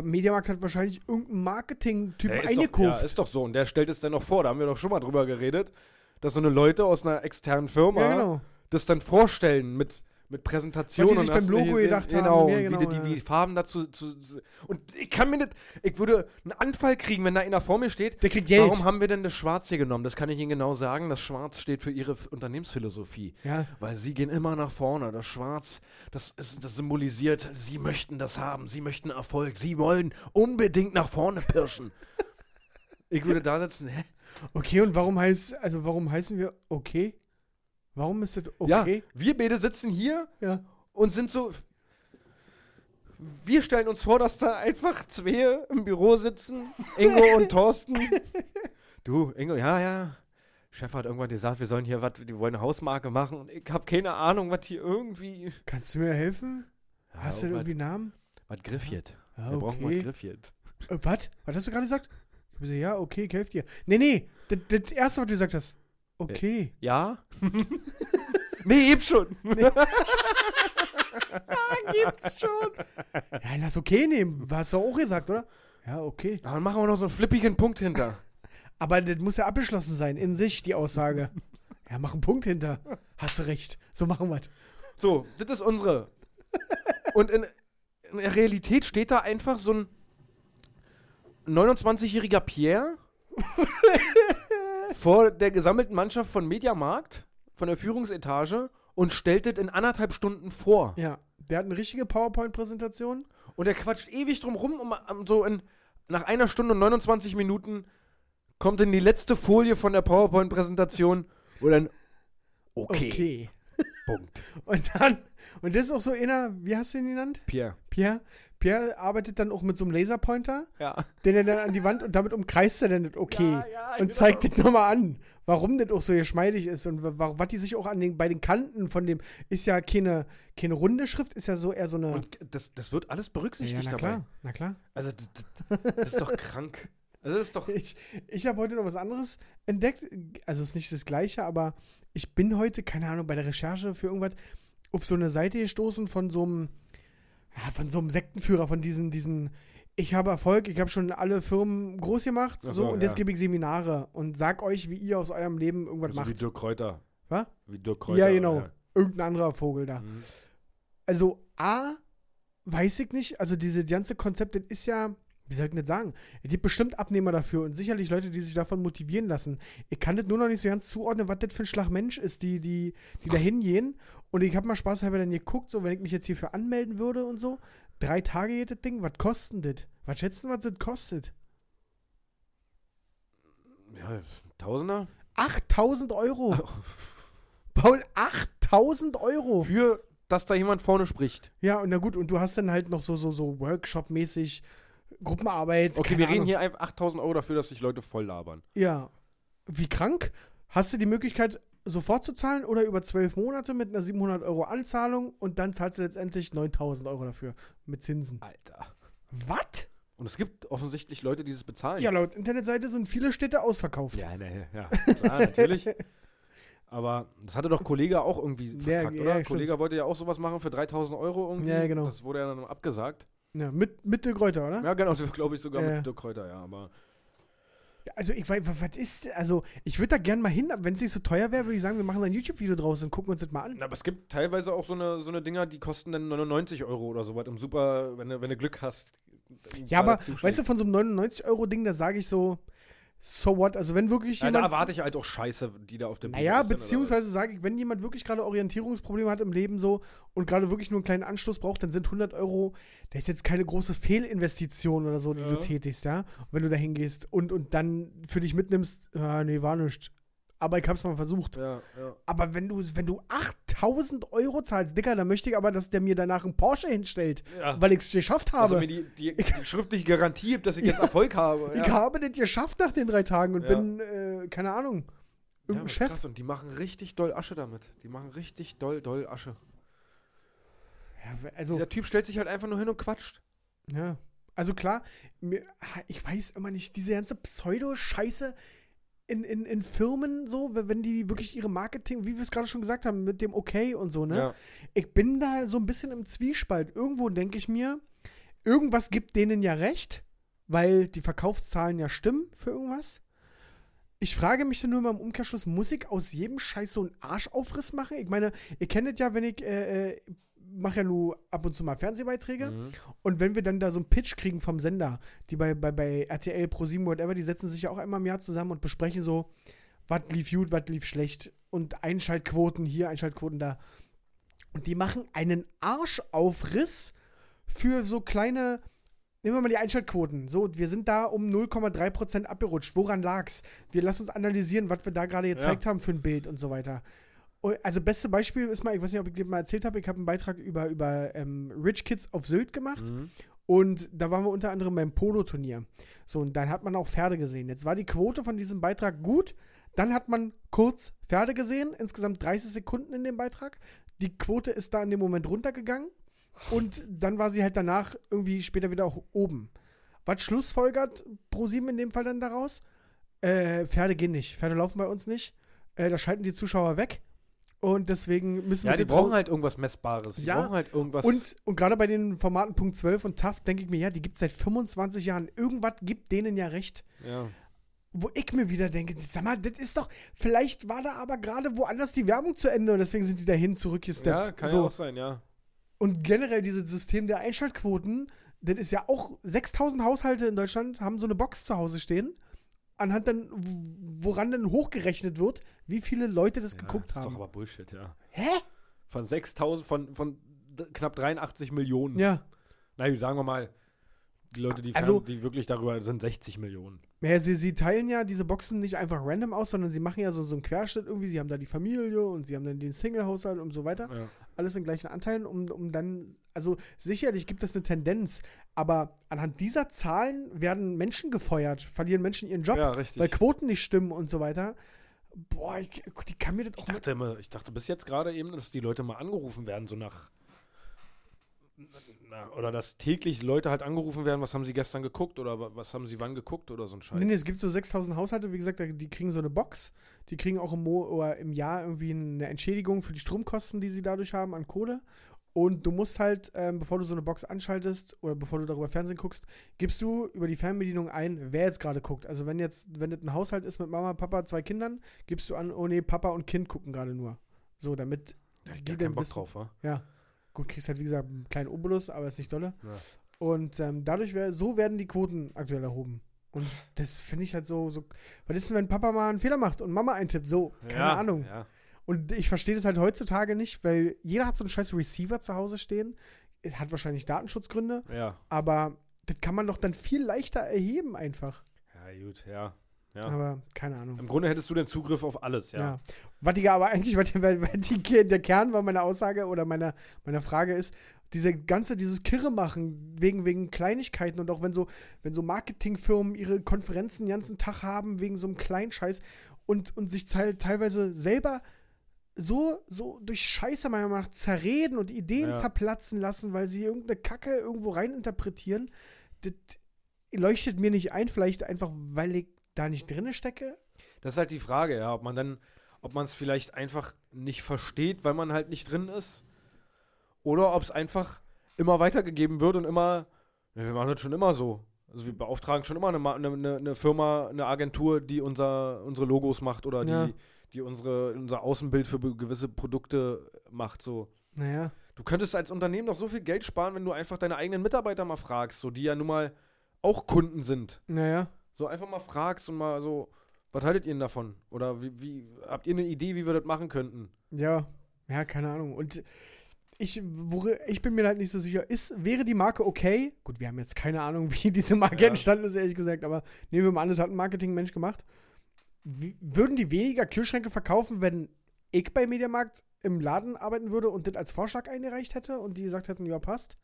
Mediamarkt hat wahrscheinlich irgendeinen Marketing-Typ
Ja, ist doch, ja,
eingekauft.
ist doch so. Und der stellt es dann noch vor. Da haben wir doch schon mal drüber geredet, dass so eine Leute aus einer externen Firma
Ja, genau.
das dann vorstellen mit, mit Präsentationen.
Weil die sich
Hast
beim
du
Logo
gesehen?
gedacht haben.
genau,
Ja,
und
genau,
wie, die,
ja.
wie die Farben dazu. Zu, zu, und ich kann mir nicht, ich würde einen Anfall kriegen, wenn da einer vor mir steht.
Der kriegt Geld.
Warum haben wir denn das Schwarz hier genommen? Das kann ich Ihnen genau sagen. Das Schwarz steht für Ihre F- Unternehmensphilosophie.
Ja.
Weil Sie gehen immer nach vorne. Das Schwarz, das, ist, das symbolisiert, Sie möchten das haben. Sie möchten Erfolg. Sie wollen unbedingt nach vorne pirschen. ich würde da sitzen. Hä?
Okay, und warum heißt, also warum heißen wir okay? Warum ist das okay?
Ja, wir beide sitzen hier
Ja.
und sind so. Wir stellen uns vor, dass da einfach zwei im Büro sitzen, Ingo und Thorsten. Du, Ingo, ja, ja. Chef hat irgendwann gesagt, wir sollen hier was, die wollen eine Hausmarke machen und ich habe keine Ahnung, was hier irgendwie.
Kannst du mir helfen? Hast du
Ja,
irgendwie einen Namen?
Was griffiert?
Ja,
Wir brauchen was
okay.
griffiert.
Äh, was? Was hast du gerade gesagt? Ich hab gesagt, ja, okay, ich helfe dir. Nee, nee, das, das erste, was du gesagt hast. Okay.
Ja? nee, eben schon.
Gibt's schon. Ja, lass okay nehmen. Hast du auch gesagt, oder? Ja, okay.
Dann machen wir noch so einen flippigen Punkt hinter.
Aber das muss ja abgeschlossen sein, in sich, die Aussage. Ja, mach einen Punkt hinter. Hast du recht. So machen wir's.
So, das ist unsere. Und in, in der Realität steht da einfach so ein 29-jähriger Pierre vor der gesammelten Mannschaft von Mediamarkt, von der Führungsetage und stellt das in anderthalb Stunden vor.
Ja. Der hat eine richtige PowerPoint-Präsentation.
Und er quatscht ewig drum rum und ma- am- so in, nach einer Stunde und 29 Minuten kommt in die letzte Folie von der PowerPoint-Präsentation, wo dann okay,
okay.
Punkt.
Und dann, und das ist auch so einer, wie hast du ihn genannt?
Pierre.
Pierre. Pierre arbeitet dann auch mit so einem Laserpointer,
Ja.
den er dann an die Wand und damit umkreist er dann das okay
Ja, ja, genau.
und zeigt das nochmal an, warum das auch so geschmeidig ist und wa- wa- was die sich auch an den, bei den Kanten von dem, ist ja keine, keine runde Schrift, ist ja so eher so eine.
Und das, das wird alles
ja,
berücksichtigt
na
dabei.
klar, na klar.
Also, das, das, das ist doch krank. Also, das ist doch.
Ich, ich habe heute noch was anderes entdeckt. Also es ist nicht das gleiche, aber ich bin heute, keine Ahnung, bei der Recherche für irgendwas auf so eine Seite gestoßen von so einem, ja, von so einem Sektenführer, von diesen, diesen, ich habe Erfolg, ich habe schon alle Firmen groß gemacht, so,
Ach so,
und jetzt
ja.
gebe ich Seminare und sag euch, wie ihr aus eurem Leben irgendwas
so Also wie
macht.
Dirk Kräuter.
Was?
Wie Dirk Kräuter.
Ja, genau.
ja.
Irgendein anderer Vogel da.
Mhm.
Also A, weiß ich nicht, also diese ganze Konzept, das ist ja, wie soll ich denn das sagen? Es gibt bestimmt Abnehmer dafür und sicherlich Leute, die sich davon motivieren lassen. Ich kann das nur noch nicht so ganz zuordnen, was das für ein Schlag Mensch ist, die, die, die da hingehen. Und ich habe mal spaßhalber dann geguckt, so wenn ich mich jetzt hierfür anmelden würde und so. Drei Tage geht das Ding, was kostet denn das? Was schätzen, was das kostet?
Ja, Tausender?
8000 Euro. Paul, 8000 Euro.
Für, dass da jemand vorne spricht.
Ja, und na gut, und du hast dann halt noch so, so, so Workshop-mäßig Gruppenarbeit.
Okay,
keine
wir reden
Ahnung.
hier einfach 8000 Euro dafür, dass sich Leute voll labern.
Ja. Wie krank? Hast du die Möglichkeit, sofort zu zahlen oder über zwölf Monate mit einer 700 Euro Anzahlung und dann zahlst du letztendlich 9000 Euro dafür mit Zinsen?
Alter.
Was?
Und es gibt offensichtlich Leute, die das bezahlen.
Ja, laut Internetseite sind viele Städte ausverkauft.
ja, ne, ja klar, natürlich. Aber das hatte doch Kollege auch irgendwie
Ja,
verkackt,
ja,
oder?
stimmt.
Kollege wollte ja auch sowas machen für 3000 Euro irgendwie.
Ja, genau.
Das wurde ja dann abgesagt.
Ja, mit, mit Dirk Reuter, oder?
Ja, genau, glaube ich sogar
Ja, ja.
mit Dirk Kräuter, ja. Aber
Also, ich weiß, was ist, also, ich würde da gern mal hin, aber wenn es nicht so teuer wäre, würde ich sagen, wir machen da ein YouTube-Video draus und gucken uns das mal an.
Na, aber es gibt teilweise auch so eine, so eine Dinger, die kosten dann 99 Euro oder so was im Super, wenn du, wenn du Glück hast.
Ja, aber, weißt du, von so einem 99-Euro-Ding, da sage ich so, so what? Also, wenn wirklich
ja,
jemand.
da erwarte ich halt auch Scheiße, die da auf dem
Naja,
ist dann, oder
beziehungsweise sage ich, wenn jemand wirklich gerade Orientierungsprobleme hat im Leben so und gerade wirklich nur einen kleinen Anschluss braucht, dann sind 100 Euro, das ist jetzt keine große Fehlinvestition oder so, die
Ja.
du tätigst, ja, wenn du da hingehst und, und dann für dich mitnimmst, ah, nee, war nichts. aber ich hab's mal versucht.
Ja, ja.
Aber wenn du, wenn du 8000 Euro zahlst, Dicker, dann möchte ich aber, dass der mir danach einen Porsche hinstellt,
ja.
weil ich es geschafft
Dass er
habe.
Also mir die, die, die schriftliche Garantie gibt, dass ich jetzt Erfolg habe.
Ich habe das geschafft nach den drei Tagen und
Ja.
bin, äh, keine
Ja,
Ahnung,
aber
irgendein
ist
Chef.
Krass, und die machen richtig doll Asche damit. Die machen richtig doll, doll Asche.
Ja, also,
Dieser Typ stellt sich halt einfach nur hin und quatscht.
ja. also klar, mir, ah, ich weiß immer nicht, diese ganze Pseudo-Scheiße in, in, in Firmen so, wenn wenn die wirklich ihre Marketing, wie wir es gerade schon gesagt haben, mit dem Okay und so, ne?
Ja.
ich bin da so ein bisschen im Zwiespalt. Irgendwo denke ich mir, irgendwas gibt denen ja recht, weil die Verkaufszahlen ja stimmen für irgendwas. Ich frage mich dann nur mal im Umkehrschluss, muss ich aus jedem Scheiß so einen Arschaufriss machen? Ich meine, ihr kennt es ja, wenn ich, äh, äh, mache ja nur ab und zu mal Fernsehbeiträge
Mhm.
und wenn wir dann da so einen Pitch kriegen vom Sender, die bei, bei, bei RTL, ProSieben, whatever, die setzen sich ja auch einmal im Jahr zusammen und besprechen so, was lief gut, was lief schlecht und Einschaltquoten hier, Einschaltquoten da. Und die machen einen Arschaufriss für so kleine, nehmen wir mal die Einschaltquoten. So, wir sind da um 0,3% abgerutscht. Woran lag's? Wir lassen uns analysieren, was wir da gerade gezeigt haben für ein Bild und so weiter. Und Also beste Beispiel ist mal, ich weiß nicht, ob ich dir mal erzählt habe, ich habe einen Beitrag über, über ähm, Rich Kids auf Sylt gemacht.
Mhm.
Und da waren wir unter anderem beim Polo-Turnier. So, und dann hat man auch Pferde gesehen. Jetzt war die Quote von diesem Beitrag gut. Dann hat man kurz Pferde gesehen, insgesamt 30 Sekunden in dem Beitrag. Die Quote ist da in dem Moment runtergegangen. Und dann war sie halt danach irgendwie später wieder ho- oben. Was schlussfolgert ProSieben in dem Fall dann daraus? Äh, Pferde gehen nicht. Pferde laufen bei uns nicht. Äh, da schalten die Zuschauer weg. Und deswegen müssen
Ja,
wir
die
das raus-
brauchen halt irgendwas Messbares. Die
Ja,
brauchen halt irgendwas.
und, und gerade bei den Formaten Punkt 12 und TAF denke ich mir, ja, die gibt es seit 25 Jahren. Irgendwas gibt denen ja recht.
ja.
Wo ich mir wieder denke, sag mal, das ist doch, vielleicht war da aber gerade woanders die Werbung zu Ende und deswegen sind die dahin zurückgesteppt.
ja, kann
so.
ja auch sein, ja.
Und generell dieses System der Einschaltquoten, das ist ja auch, 6000 Haushalte in Deutschland haben so eine Box zu Hause stehen, anhand dann, w- woran dann hochgerechnet wird, wie viele Leute das
ja
geguckt
das ist
haben.
doch aber Bullshit, ja.
Hä?
Von 6000, von, von d- knapp 83 Millionen.
Ja.
Nein, sagen wir mal, die Leute, die,
Also-
fern, die wirklich darüber sind, 60 Millionen.
Ja, sie, sie teilen ja diese Boxen nicht einfach random aus, sondern sie machen ja so, so einen Querschnitt irgendwie. Sie haben da die Familie und sie haben dann den Single-Haushalt und so weiter.
Ja.
Alles in gleichen Anteilen, um, um dann, also sicherlich gibt es eine Tendenz, aber anhand dieser Zahlen werden Menschen gefeuert, verlieren Menschen ihren Job,
ja, richtig.
weil Quoten nicht stimmen und so weiter. Boah, ich, die kann mir das
Ich
auch nicht.
dachte immer, ich dachte bis jetzt gerade eben, dass die Leute mal angerufen werden, so nach. Na, oder dass täglich Leute halt angerufen werden, was haben sie gestern geguckt oder wa- was haben sie wann geguckt oder so ein Scheiß.
Nee, nee, es gibt so 6000 Haushalte, wie gesagt, die kriegen so eine Box. Die kriegen auch im, Mo oder im Jahr irgendwie eine Entschädigung für die Stromkosten, die sie dadurch haben an Kohle. Und du musst halt, ähm, bevor du so eine Box anschaltest oder bevor du darüber Fernsehen guckst, gibst du über die Fernbedienung ein, wer jetzt gerade guckt. Also wenn jetzt, wenn das ein Haushalt ist mit Mama, Papa, zwei Kindern, gibst du an, oh nee, Papa und Kind gucken gerade nur. So, damit
Ja, ich
die
hab
denn
keinen Bock
wissen-
drauf, wa?
Gut, kriegst halt, wie gesagt, einen kleinen Obolus, aber ist nicht dolle.
Ja.
Und ähm, dadurch, wär, so werden die Quoten aktuell erhoben. Und das finde ich halt so, so. Was ist denn, wenn Papa mal einen Fehler macht und Mama eintippt? So, keine
ja,
Ahnung.
Ja.
Und ich verstehe das halt heutzutage nicht, weil jeder hat so einen scheiß Receiver zu Hause stehen. Es hat wahrscheinlich Datenschutzgründe,
ja.
aber das kann man doch dann viel leichter erheben einfach.
Ja, gut, ja. ja.
Aber keine Ahnung.
Im Grunde hättest du den Zugriff auf alles, ja.
Ja. Was die aber eigentlich, was, die- was die, der Kern war meiner Aussage oder meiner, meiner Frage ist, diese ganze, dieses Kirre machen wegen, wegen Kleinigkeiten und auch wenn so, wenn so Marketingfirmen ihre Konferenzen den ganzen Tag haben, wegen so einem kleinen Scheiß und, und sich teil- teilweise selber so, so durch Scheiße meiner Meinung nach zerreden und Ideen
Ja.
zerplatzen lassen, weil sie irgendeine Kacke irgendwo reininterpretieren, das leuchtet mir nicht ein, vielleicht einfach, weil ich da nicht drinne stecke.
Das ist halt die Frage, ja, ob man dann, ob man es vielleicht einfach nicht versteht, weil man halt nicht drin ist. Oder ob es einfach immer weitergegeben wird und immer, ja, wir machen das schon immer so. Also wir beauftragen schon immer eine, Ma- eine, eine, eine Firma, eine Agentur, die unser, unsere Logos macht oder
Ja.
die, die unsere, unser Außenbild für be- gewisse Produkte macht. So.
Naja.
Du könntest als Unternehmen doch so viel Geld sparen, wenn du einfach deine eigenen Mitarbeiter mal fragst, so die ja nun mal auch Kunden sind.
Naja.
So einfach mal fragst und mal so, was haltet ihr denn davon? Oder wie, wie habt ihr eine Idee, wie wir das machen könnten?
Ja, ja, keine Ahnung. Und ich, wor- ich bin mir halt nicht so sicher, ist, wäre die Marke okay? Gut, wir haben jetzt keine Ahnung, wie diese Marke
Ja.
entstanden ist, ehrlich gesagt, aber nehmen wir mal an, das hat ein Marketingmensch gemacht. w- würden die weniger Kühlschränke verkaufen, wenn ich bei Mediamarkt im Laden arbeiten würde und das als Vorschlag eingereicht hätte und die gesagt hätten, ja, passt?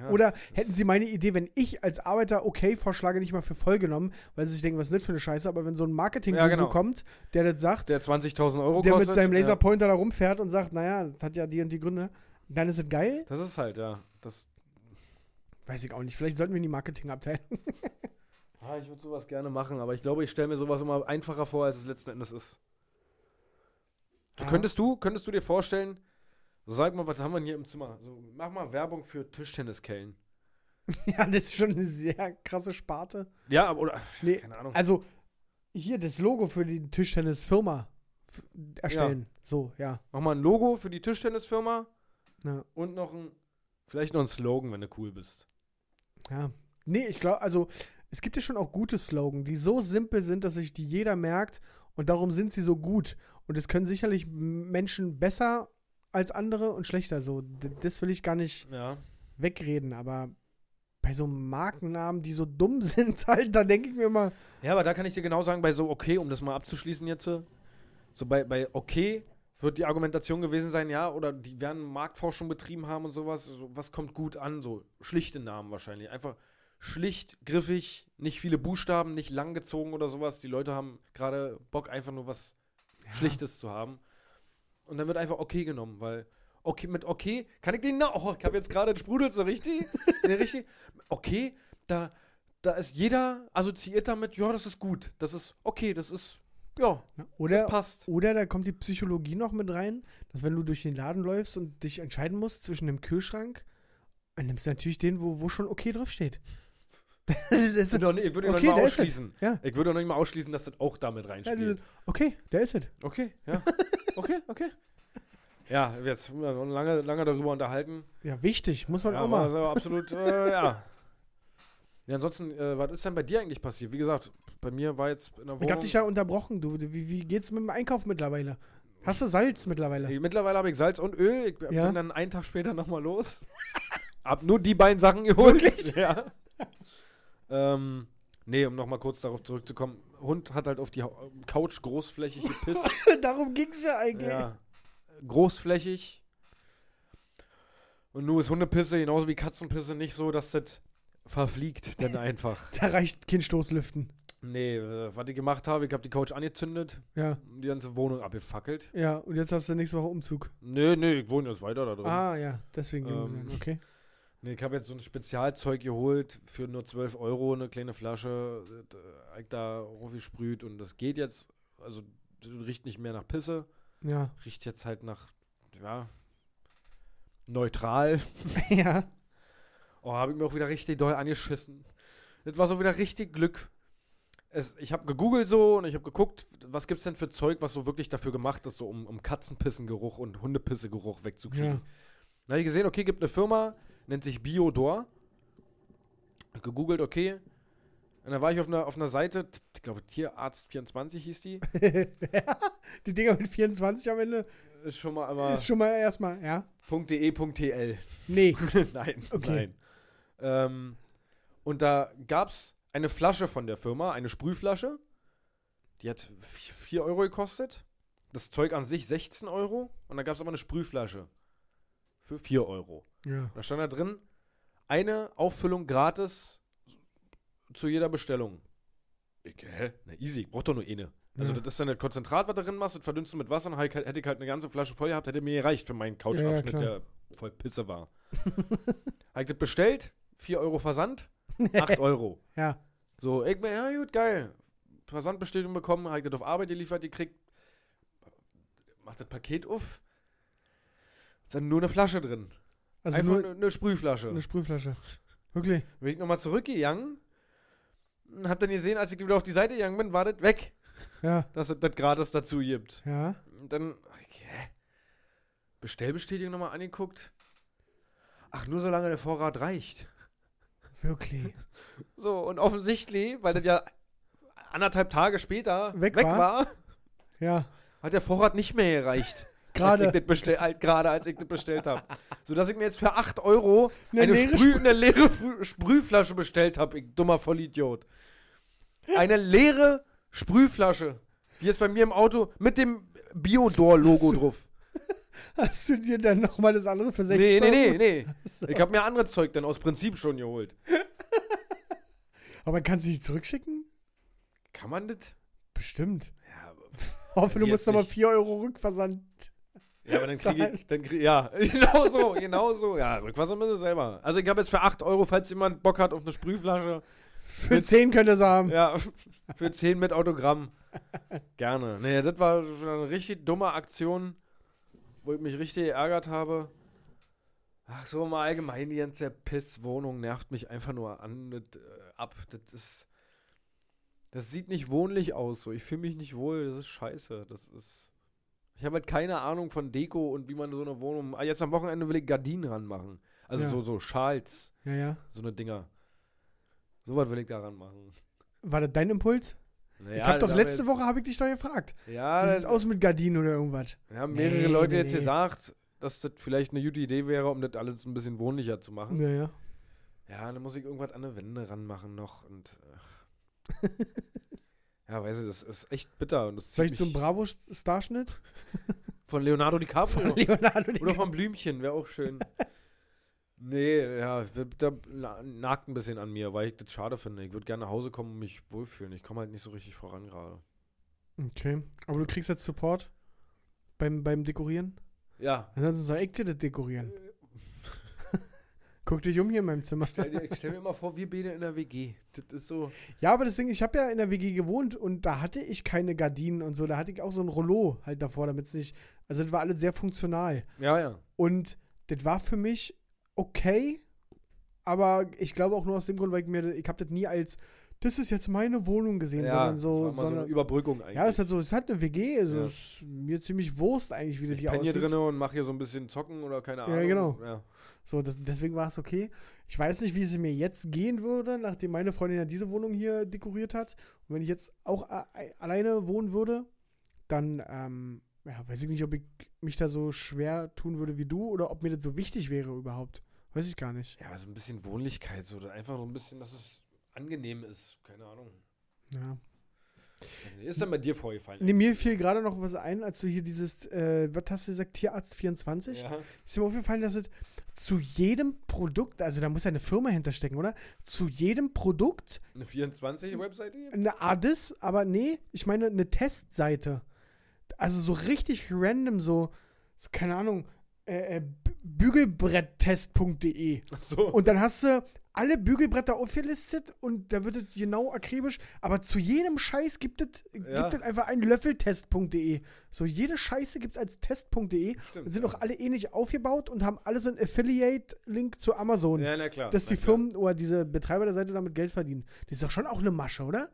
Ja.
Oder hätten Sie meine Idee, wenn ich als Arbeiter okay vorschlage, nicht mal für voll genommen, weil Sie sich denken, was ist denn das für eine Scheiße, aber wenn so ein marketing
Ja, genau.
kommt, der das sagt, der,
der 20.000 Euro kostet.
mit seinem
ja.
Laserpointer da rumfährt und sagt, naja, das hat ja die und die Gründe, dann ist es geil?
Das ist halt, ja. Das,
Weiß ich auch nicht. Vielleicht sollten wir in die Marketingabteilung.
ah, ich würde sowas gerne machen, aber ich glaube, ich stelle mir sowas immer einfacher vor, als es letzten Endes ist. Du
Ja.
könntest du, könntest du dir vorstellen, so sag mal, was haben wir denn hier im Zimmer? So, mach mal Werbung für Tischtenniskellen.
ja, das ist schon eine sehr krasse Sparte.
Ja, aber- oder
Nee,
keine Ahnung.
also hier das Logo für die Tischtennisfirma f- erstellen. So, ja.
Mach mal ein Logo für die Tischtennisfirma
Ja.
und noch ein, vielleicht noch ein Slogan, wenn du cool bist.
ja. Nee, ich glaube, also es gibt ja schon auch gute Slogan, die so simpel sind, dass sich die jeder merkt und darum sind sie so gut. Und es können sicherlich m- Menschen besser als andere und schlechter. So, D das will ich gar nicht
Ja.
wegreden, aber bei so Markennamen, die so dumm sind, halt, da denke ich mir immer,
Ja, aber da kann ich dir genau sagen, bei so okay, um das mal abzuschließen jetzt, äh, so bei, bei okay wird die Argumentation gewesen sein, ja, oder die werden Marktforschung betrieben haben und sowas, so, was kommt gut an, so schlichte Namen wahrscheinlich, einfach schlicht, griffig, nicht viele Buchstaben, nicht langgezogen oder sowas, die Leute haben gerade Bock einfach nur was Schlichtes zu haben. Und dann wird einfach okay genommen, weil okay, mit okay kann ich den, na, oh, ich habe jetzt gerade einen Sprudel, so richtig, der richtig, okay, da, da ist jeder assoziiert damit, ja, das ist gut, das ist okay, das ist, ja,
na,
das
ne, oder
passt.
Oder da kommt die Psychologie noch mit rein, dass wenn du durch den Laden läufst und dich entscheiden musst zwischen dem Kühlschrank, dann nimmst du natürlich den, wo, wo schon okay draufsteht. das
Ich würde
ist,
doch nicht- ich würde
Okay,
noch nicht
da
mal
ist es.
ausschließen.
ja,
Ich würde noch nicht mal ausschließen, dass das auch damit
ja diese,
reinspielt.
okay, der ist es.
okay, ja. Okay, okay. Ja, jetzt haben wir uns lange, lange darüber unterhalten.
Ja, wichtig, muss man
ja,
auch
war
mal.
also absolut, äh, ja. Ja, ansonsten, äh, was ist denn bei dir eigentlich passiert? Wie gesagt, bei mir war jetzt in der Wohnung.
Ich hab dich ja unterbrochen, du. Wie, wie geht's mit dem Einkauf mittlerweile? Hast du Salz mittlerweile?
Ey, Mittlerweile habe ich Salz und Öl. Ich b-
Ja?
bin dann einen Tag später nochmal los. Hab nur die beiden Sachen geholt.
Wirklich?
Ja. ähm, nee, um nochmal kurz darauf zurückzukommen. Hund hat halt auf die Hau- Couch großflächig gepisst.
Darum ging's ja eigentlich.
ja. Großflächig. Und nun ist Hundepisse genauso wie Katzenpisse nicht so, dass das verfliegt denn einfach.
Da reicht kein Stoßlüften.
nee, äh, was ich gemacht habe, ich habe die Couch angezündet,
Ja.
die ganze Wohnung abgefackelt.
Ja, und jetzt hast du nächste Woche Umzug.
Nee, nee, ich wohne jetzt weiter da drin.
Ah, ja, deswegen.
Ähm.
Okay.
Nee, ich habe jetzt so ein Spezialzeug geholt für nur 12 Euro, eine kleine Flasche, äh, hab ich da gesprüht und das geht jetzt, also das riecht nicht mehr nach Pisse,
Ja.
riecht jetzt halt nach, ja, neutral.
ja.
Oh, habe ich mir auch wieder richtig doll angeschissen. Das war so wieder richtig Glück. Es, ich habe gegoogelt so und ich habe geguckt, was gibt's denn für Zeug, was so wirklich dafür gemacht ist, so um, um Katzenpissengeruch und Hundepissegeruch wegzukriegen.
Ja.
Da habe ich gesehen, okay, gibt eine Firma, nennt sich Biodor. Hab Gegoogelt, okay. Und dann war ich auf einer, auf einer Seite, t- ich glaube Tierarzt24 hieß die.
die Dinger mit 24 am Ende
Ist schon mal aber E
ist schon mal erstmal, ja.
.de.tl.
Nee.
nein,
Okay.
nein. Ähm, und da gab es eine Flasche von der Firma, eine Sprühflasche. Die hat 4 Euro gekostet. Das Zeug an sich 16 Euro. Und dann gab es aber eine Sprühflasche für 4 Euro.
Ja.
Da stand da drin, eine Auffüllung gratis zu jeder Bestellung. Ich, hä? Na easy, ich brauch doch nur eine. Also
Ja.
das ist dann das Konzentrat, was du drin machst, das verdünnst du mit Wasser und halt- hätte ich halt eine ganze Flasche voll gehabt, hätte mir gereicht für meinen Couchabschnitt,
Ja, ja,
der voll Pisse war. hab ich das bestellt, 4 Euro Versand, 8 Euro.
Ja.
So, ich mir, ja gut, geil. Versandbestätigung bekommen, hab ich das auf Arbeit geliefert, gekriegt. Mach das Paket auf. Ist dann nur eine Flasche drin.
Also
Einfach
nur
nur eine Sprühflasche.
eine Sprühflasche. Wirklich.
bin ich nochmal zurückgegangen und hab dann gesehen, als ich wieder auf die Seite gegangen bin, war das weg,
Ja.
dass es das gratis dazu gibt.
Ja.
Und dann, okay. Bestellbestätigung nochmal angeguckt. Ach, nur solange der Vorrat reicht.
Wirklich.
So, und offensichtlich, weil das ja anderthalb Tage später
Weg
weg,
war?
war,
Ja.
hat der Vorrat nicht mehr gereicht. Als ich
Gerade
das bestell, halt, gerade als ich das bestellt habe. Sodass ich mir jetzt für 8 Euro
Eine
eine,
leere
Sprüh, eine leere Fr- Sprühflasche bestellt habe, ich dummer Vollidiot. Eine leere Sprühflasche. Die ist bei mir im Auto mit dem Biodor-Logo drauf.
Hast du dir dann nochmal das andere für 16
Nee, nee, nee,
Euro?
nee. Ich habe mir anderes Zeug dann aus Prinzip schon geholt.
Aber kannst du die zurückschicken?
Kann man das?
Bestimmt.
Ja, aber-
Hoffe, du
Jetzt
musst nochmal
nicht.
4 Euro Rückversand.
ja, aber dann kriege ich, dann krieg, ja, genau so, genau so. Ja, Rückwasser müssen sie selber. Also ich habe jetzt für 8 Euro, falls jemand Bock hat auf eine Sprühflasche,
Für 10 könnt ihr es haben.
ja, für 10 mit Autogramm. Gerne. Nee, das war eine richtig dumme Aktion, wo ich mich richtig geärgert habe. Ach so, mal allgemein, die ganze Pisswohnung nervt mich einfach nur an, das, äh, ab. Das ist, das sieht nicht wohnlich aus, so. Ich fühle mich nicht wohl, das ist scheiße. Das ist, ich habe halt keine Ahnung von Deko und wie man so eine Wohnung, ah, jetzt am Wochenende will ich Gardinen ranmachen. Also
Ja.
so, so Schals,
Ja, ja.
so eine Dinger. Sowas will ich daran machen.
War das dein Impuls?
Naja,
ich hab doch
da
letzte
wir
Woche habe ich dich doch gefragt.
jetzt- Ja,
Wie sieht's
das,
aus mit Gardinen oder irgendwas?
haben mehrere
Nee,
Leute
nee,
jetzt
nee.
gesagt, dass das vielleicht eine gute Idee wäre, um das alles ein bisschen wohnlicher zu machen.
Ja, ja.
Ja, dann muss ich irgendwas an eine Wände ranmachen noch und. äh. ja, weißt du, das ist echt bitter. Und das zieht
Vielleicht so ein
mich
Bravo-Starschnitt?
von Leonardo DiCaprio.
Leonardo
Oder
DiCaprio.
von Blümchen, wäre auch schön. nee, ja, da na- nagt ein bisschen an mir, weil ich das schade finde. Ich würde gerne nach Hause kommen und mich wohlfühlen. Ich komme halt nicht so richtig voran gerade.
Okay. Aber du kriegst jetzt Support beim, beim Dekorieren?
Ja,
Ansonsten soll ich dir das dekorieren. Guck dich um hier in meinem Zimmer.
stell, dir, ich stell mir immer vor, wir beide in der WG. Das ist so.
Ja, aber das Ding, ich habe ja in der WG gewohnt und da hatte ich keine Gardinen und so. Da hatte ich auch so ein Rollo halt davor, damit es nicht. Also, das war alles sehr funktional.
Ja, ja.
Und das war für mich okay, aber ich glaube auch nur aus dem Grund, weil ich mir, ich habe das nie als, das ist jetzt meine Wohnung gesehen, sondern
das
so,
war immer so
sondern,
eine Überbrückung eigentlich.
ja, das ist halt so, es ist halt eine WG, also
Ja.
ist mir ziemlich Wurst eigentlich, wie das
ich
hier
penne hier
aussieht.
drinne und mache hier so ein bisschen zocken oder keine Ahnung.
genau.
Ja.
So, das, deswegen war es okay. Ich weiß nicht, wie es mir jetzt gehen würde, nachdem meine Freundin ja diese Wohnung hier dekoriert hat. Und wenn ich jetzt auch a- a- alleine wohnen würde, dann ähm, ja, weiß ich nicht, ob ich mich da so schwer tun würde wie du oder ob mir das so wichtig wäre überhaupt. Weiß ich gar nicht.
ja, aber so ein bisschen Wohnlichkeit, so da einfach so ein bisschen, dass es angenehm ist. Keine Ahnung.
Ja.
Ist dann bei dir vorgefallen?
Nee, mir fiel gerade noch was ein, als du hier dieses, äh, was hast du gesagt, Tierarzt 24?
ja.
Ist mir aufgefallen, dass es zu jedem Produkt, also da muss ja eine Firma hinterstecken, oder? Zu jedem Produkt
Eine 24-Webseite hier?
Eine Adis, aber nee, ich meine eine Testseite. Also so richtig random, so, so keine Ahnung, äh, äh, B- bügelbretttest.de.
Achso.
E. Und dann hast du alle Bügelbretter aufgelistet und da wird es genau akribisch, aber zu jedem Scheiß gibt es
Ja.
gibt es einfach einen Löffeltest.de. E. So jede Scheiße gibt es als Test.de
Stimmt,
und sind
ja.
auch alle ähnlich aufgebaut und haben alle so einen Affiliate-Link zu Amazon.
Ja, na klar.
Dass
na
die
klar.
Firmen oder diese Betreiber der Seite damit Geld verdienen. Das ist doch schon auch eine Masche, oder?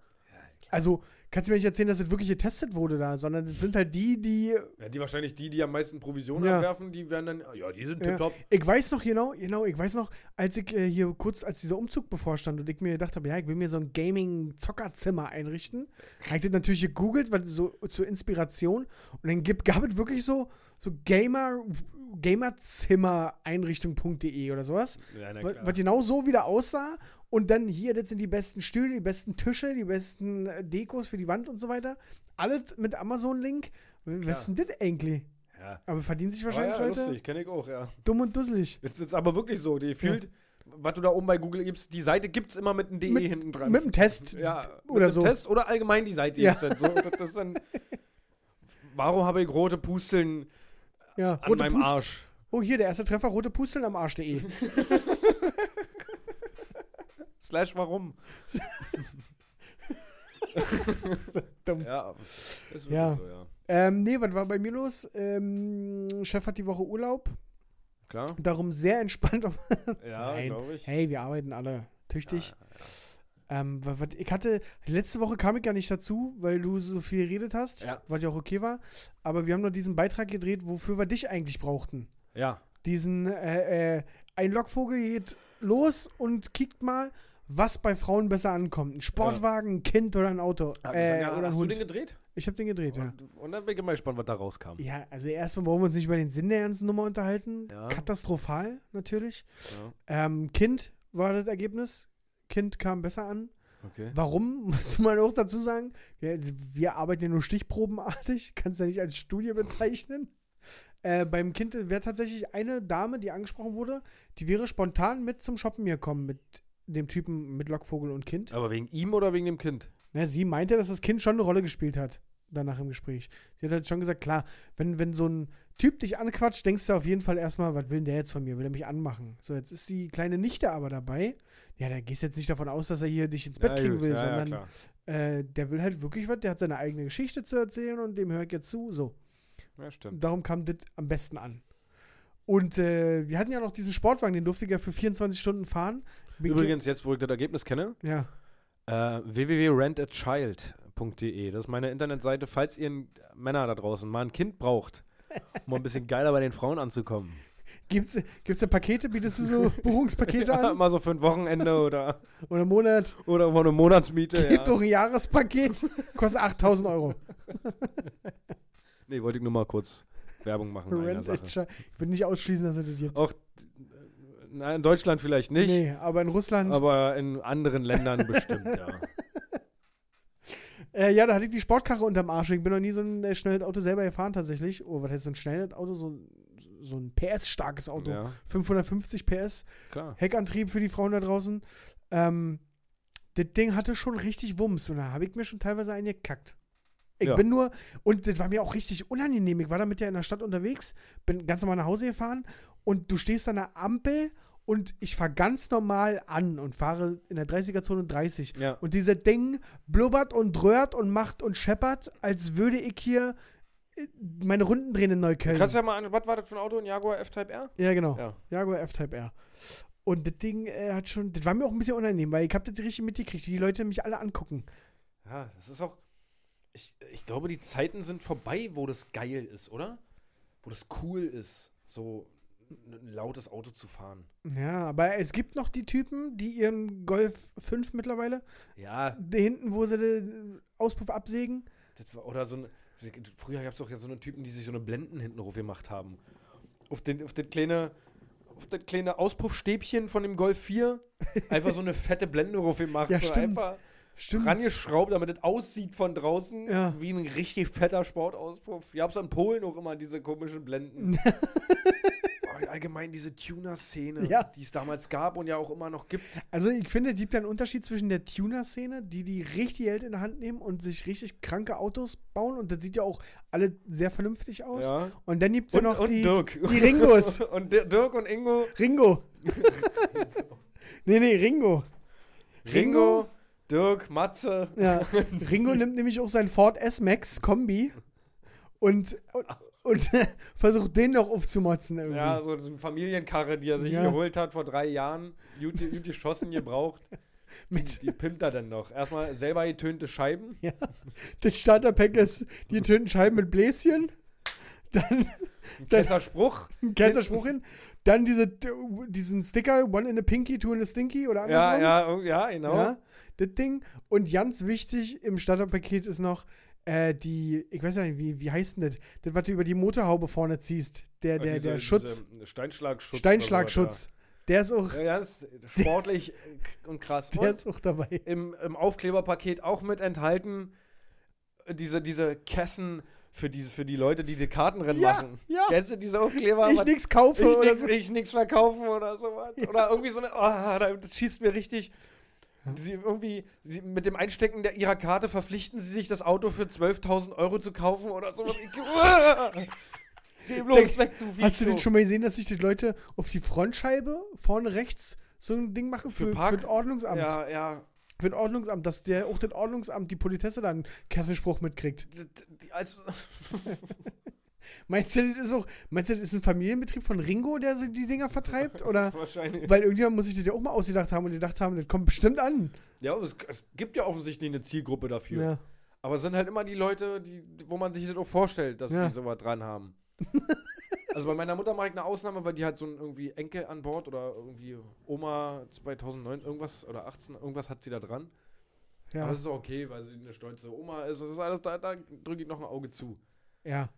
Also, kannst du mir nicht erzählen, dass das wirklich getestet wurde da, sondern das sind halt die, die.
Ja, die wahrscheinlich die, die am meisten Provisionen
Ja.
abwerfen, die werden dann. Ja, die sind
Ja.
tipptopp.
Ich weiß noch genau, genau, ich weiß noch, als ich äh, hier kurz, als dieser Umzug bevorstand und ich mir gedacht habe, ja, ich will mir so ein Gaming-Zockerzimmer einrichten, habe ich das natürlich gegoogelt, weil so zur Inspiration und dann gibt, gab es wirklich so, so Gamer, Gamerzimmereinrichtung.de E oder sowas.
Ja, na
Wa-
klar.
was genau so wieder aussah. Und dann hier, das sind die besten Stühle, die besten Tische, die besten äh, Dekos für die Wand und so weiter. Alles mit Amazon-Link. W- Was ist denn das eigentlich?
ja.
Aber verdienen sich
Aber
wahrscheinlich
Oh ja,
Leute
lustig, kenne ich auch, ja.
dumm und dusselig.
Ist jetzt aber wirklich so, die fühlt, was du da oben bei Google gibst, die Seite gibt's immer mit einem DE
Mit-
hinten dran.
Mit einem Test
ja, mit
oder
einem
so.
Test oder allgemein die Seite
Ja.
gibt's halt so. Das ist dann, warum habe ich rote Pusteln
Ja,
an meinem
Pust-
Arsch?
Oh, hier, der erste Treffer, rote Pusteln am Arsch.de.
Slash warum?
Dumm.
Ja, ist wirklich
Ja.
so, ja.
Ähm, nee, was war bei mir los? Ähm, Chef hat die Woche Urlaub.
Klar?
Darum sehr entspannt. auf-
Ja,
Nein.
glaube ich.
Hey, wir arbeiten alle
Ja,
tüchtig.
ja.
Ähm, wa- wat- ich hatte, letzte Woche kam ich ja nicht dazu, weil du so viel geredet hast,
Ja.
was ja auch okay war. Aber wir haben noch diesen Beitrag gedreht, wofür wir dich eigentlich brauchten.
ja.
Diesen, äh, äh, ein Lockvogel geht los und kickt mal, was bei Frauen besser ankommt. Ein Sportwagen, ein Kind oder ein Auto.
Hab ich
Äh,
gesagt, ja,
oder ein
hast du den
Hund.
gedreht?
Ich habe den gedreht, ja.
Und, und dann bin ich mal gespannt, was da rauskam.
Ja, also erstmal brauchen wir uns nicht über den Sinn der ganzen Nummer unterhalten.
Ja.
Katastrophal, natürlich.
Ja.
Ähm, kind war das Ergebnis. Kind kam besser an.
Okay.
Warum, muss man auch dazu sagen, wir, wir arbeiten ja nur stichprobenartig, kannst ja nicht als Studie bezeichnen. Äh, beim Kind wäre tatsächlich eine Dame, die angesprochen wurde, die wäre spontan mit zum Shoppen gekommen mit dem Typen mit Lockvogel und Kind.
Aber wegen ihm oder wegen dem Kind?
Na, Ne, sie meinte, dass das Kind schon eine Rolle gespielt hat, danach im Gespräch. Sie hat halt schon gesagt, klar, wenn, wenn so ein Typ dich anquatscht, denkst du auf jeden Fall erstmal, was will denn der jetzt von mir? Will er mich anmachen? So, jetzt ist die kleine Nichte aber dabei. Ja, da gehst jetzt nicht davon aus, dass er hier dich ins Bett
Ja,
kriegen
gut,
will,
ja, ja,
sondern
klar.
äh, der will halt wirklich was, der hat seine eigene Geschichte zu erzählen und dem höre ich jetzt zu. So.
Ja, stimmt.
Darum kam das am besten an. Und äh, wir hatten ja noch diesen Sportwagen, den durfte ich ja für 24 Stunden fahren. Bin
Übrigens, jetzt, wo ich das Ergebnis kenne,
ge- Ja.
äh, www.rentachild.de. Das ist meine Internetseite, falls ihr n- Männer da draußen mal ein Kind braucht, um mal ein bisschen geiler bei den Frauen anzukommen.
Gibt's, gibt's da Pakete? Bietest du so Buchungspakete
Ja,
an?
mal so für ein Wochenende oder,
Oder einen Monat?
oder mal eine Monatsmiete.
Gibt
Ja.
doch ein Jahrespaket. Kostet 8000 Euro.
Nee, wollte ich nur mal kurz Werbung machen. in einer
Rent
Oh, Sache.
and Chi- ich will nicht ausschließen, dass es das gibt.
Oh, Na, in Deutschland vielleicht nicht,
nee, aber in Russland.
aber in anderen Ländern bestimmt, ja.
Äh, ja, da hatte ich die Sportkarre unterm Arsch. Ich bin noch nie so ein äh, schnelles Auto selber gefahren, tatsächlich. Oh, was heißt so ein schnelles Auto? So, ein- so ein PS-starkes Auto.
Ja,
550 PS.
klar.
Heckantrieb für die Frauen da draußen. Ähm, das Ding hatte schon richtig Wumms und da habe ich mir schon teilweise eingekackt. Ich
Ja.
bin nur, und das war mir auch richtig unangenehm. Ich war damit ja in der Stadt unterwegs, bin ganz normal nach Hause gefahren und du stehst an der Ampel und ich fahre ganz normal an und fahre in der 30er-Zone 30.
Ja.
Und dieses Ding blubbert und dröhrt und macht und scheppert, als würde ich hier äh, meine Runden drehen in Neukölln.
Kannst du ja mal an, was war das für ein Auto? Ein Jaguar F-Type R?
Ja, genau.
Ja.
Jaguar F-Type R. Und das Ding äh, hat schon, das war mir auch ein bisschen unangenehm, weil ich hab das richtig mitgekriegt, wie die Leute mich alle angucken.
Ja, das ist auch. Ich, ich glaube, die Zeiten sind vorbei, wo das geil ist, oder? Wo das cool ist, so n- ein lautes Auto zu fahren.
Ja, aber es gibt noch die Typen, die ihren Golf 5 mittlerweile,
Ja,
da hinten, wo sie den Auspuff absägen.
das war, oder so ein. Früher gab es doch ja so einen Typen, die sich so eine Blenden hinten drauf gemacht haben. Auf, den, auf das kleine. Auf das kleine Auspuffstäbchen von dem Golf 4 einfach so eine fette Blende drauf gemacht.
Ja,
und
stimmt.
Einfach
Stimmt.
rangeschraubt, damit es aussieht von draußen
Ja.
wie ein richtig fetter Sportauspuff. Ihr habt's in Polen auch immer, diese komischen Blenden. Oh, Allgemein diese Tuner-Szene,
Ja.
die es damals gab und ja auch immer noch gibt.
Also ich finde, es gibt ja einen Unterschied zwischen der Tuner-Szene, die die richtig Geld in der Hand nehmen und sich richtig kranke Autos bauen und das sieht ja auch alle sehr vernünftig aus.
Ja.
Und dann gibt's
Und,
ja noch
und
die,
Dirk.
die Ringos.
und Di- Dirk und Ingo.
Ringo. nee, nee, Ringo.
Ringo, Dirk, Matze.
Ja, Ringo nimmt nämlich auch sein Ford S-Max Kombi und, und, und versucht den noch aufzumotzen irgendwie.
Ja, so eine Familienkarre, die er sich
Ja.
geholt hat vor drei Jahren. Gut, gut geschossen, gebraucht.
Mit,
Die pimmt er dann noch. Erstmal selber getönte Scheiben.
ja. Das Starterpack ist die tönten Scheiben mit Bläschen, dann Das-
Besser Spruch.
ein Kaiserspruch hin, dann diese, diesen Sticker, one in a pinky, two in a stinky oder
Ja,
andersrum.
ja, ja, genau.
Ja, das Ding. Und ganz wichtig im Starterpaket ist noch äh, die, ich weiß ja nicht, wie, wie heißt denn das? Das, was du über die Motorhaube vorne ziehst, der,
Ja,
der,
diese-
der Schutz.
diese Steinschlagschutz.
Steinschlagschutz. Der ist auch,
oder so, Ja, Ja, ganz sportlich und krass.
der
Und
ist auch dabei.
im, im Aufkleberpaket auch mit enthalten äh, diese, diese Kässen für, diese, für die Leute, die die Kartenrennen
Ja,
machen.
ja.
Kennst du diese Aufkleber?
ich
Was-
nix kaufe
ich
oder
nix,
so.
ich nix verkaufen oder sowas. Oder irgendwie so eine, oh, da schießt mir richtig. Sie irgendwie, sie, mit dem Einstecken der, ihrer Karte verpflichten sie sich, das Auto für 12.000 Euro zu kaufen oder sowas. Ich, uah, geh bloß
Denk-
weg, du
Hast du
Viech,
das
so.
schon mal gesehen, dass sich die Leute auf die Frontscheibe vorne rechts so ein Ding machen für,
Für
für,
Park-
das Ordnungsamt?
Ja, ja.
Für das Ordnungsamt, dass der auch das Ordnungsamt, die Politesse dann einen Kesselspruch mitkriegt.
D- d- die- Also,
Meinst du, das ist auch, meinst du, das ist ein Familienbetrieb von Ringo, der so die Dinger vertreibt? Oder?
wahrscheinlich.
Weil irgendjemand muss sich das ja auch mal ausgedacht haben und gedacht haben, das kommt bestimmt an.
Ja, aber es, es gibt ja offensichtlich eine Zielgruppe dafür.
Ja.
Aber es sind halt immer die Leute, die, wo man sich das auch vorstellt, dass
Ja.
die sowas dran haben. also bei meiner Mutter mache ich eine Ausnahme, weil die halt so einen irgendwie Enkel an Bord oder irgendwie Oma 2009 irgendwas oder 18 irgendwas hat sie da dran. Aber
Ja.
das ist auch okay, weil sie eine stolze Oma ist. Das ist alles da, da drücke ich noch ein Auge zu.
ja.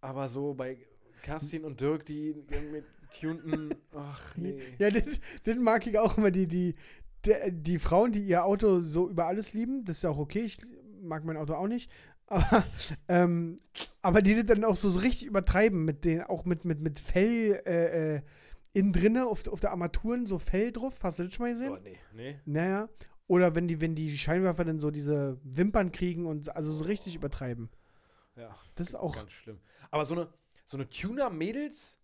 Aber so bei Kerstin und Dirk, die irgendwie tunten, ach nee.
Ja, das, das mag ich auch immer, die, die, die- der, die Frauen, die ihr Auto so über alles lieben, das ist ja auch okay, ich mag mein Auto auch nicht, aber, ähm, aber die das dann auch so, so richtig übertreiben, mit den, auch mit, mit, mit Fell äh, äh, innen drinne, auf, auf der Armaturen so Fell drauf, hast du das schon mal gesehen?
Boah, nee, nee.
Naja. Oder wenn die, wenn die Scheinwerfer dann so diese Wimpern kriegen und also so richtig übertreiben.
Ja,
Das ist auch.
ganz schlimm. Aber so eine, so eine Tuner-Mädels,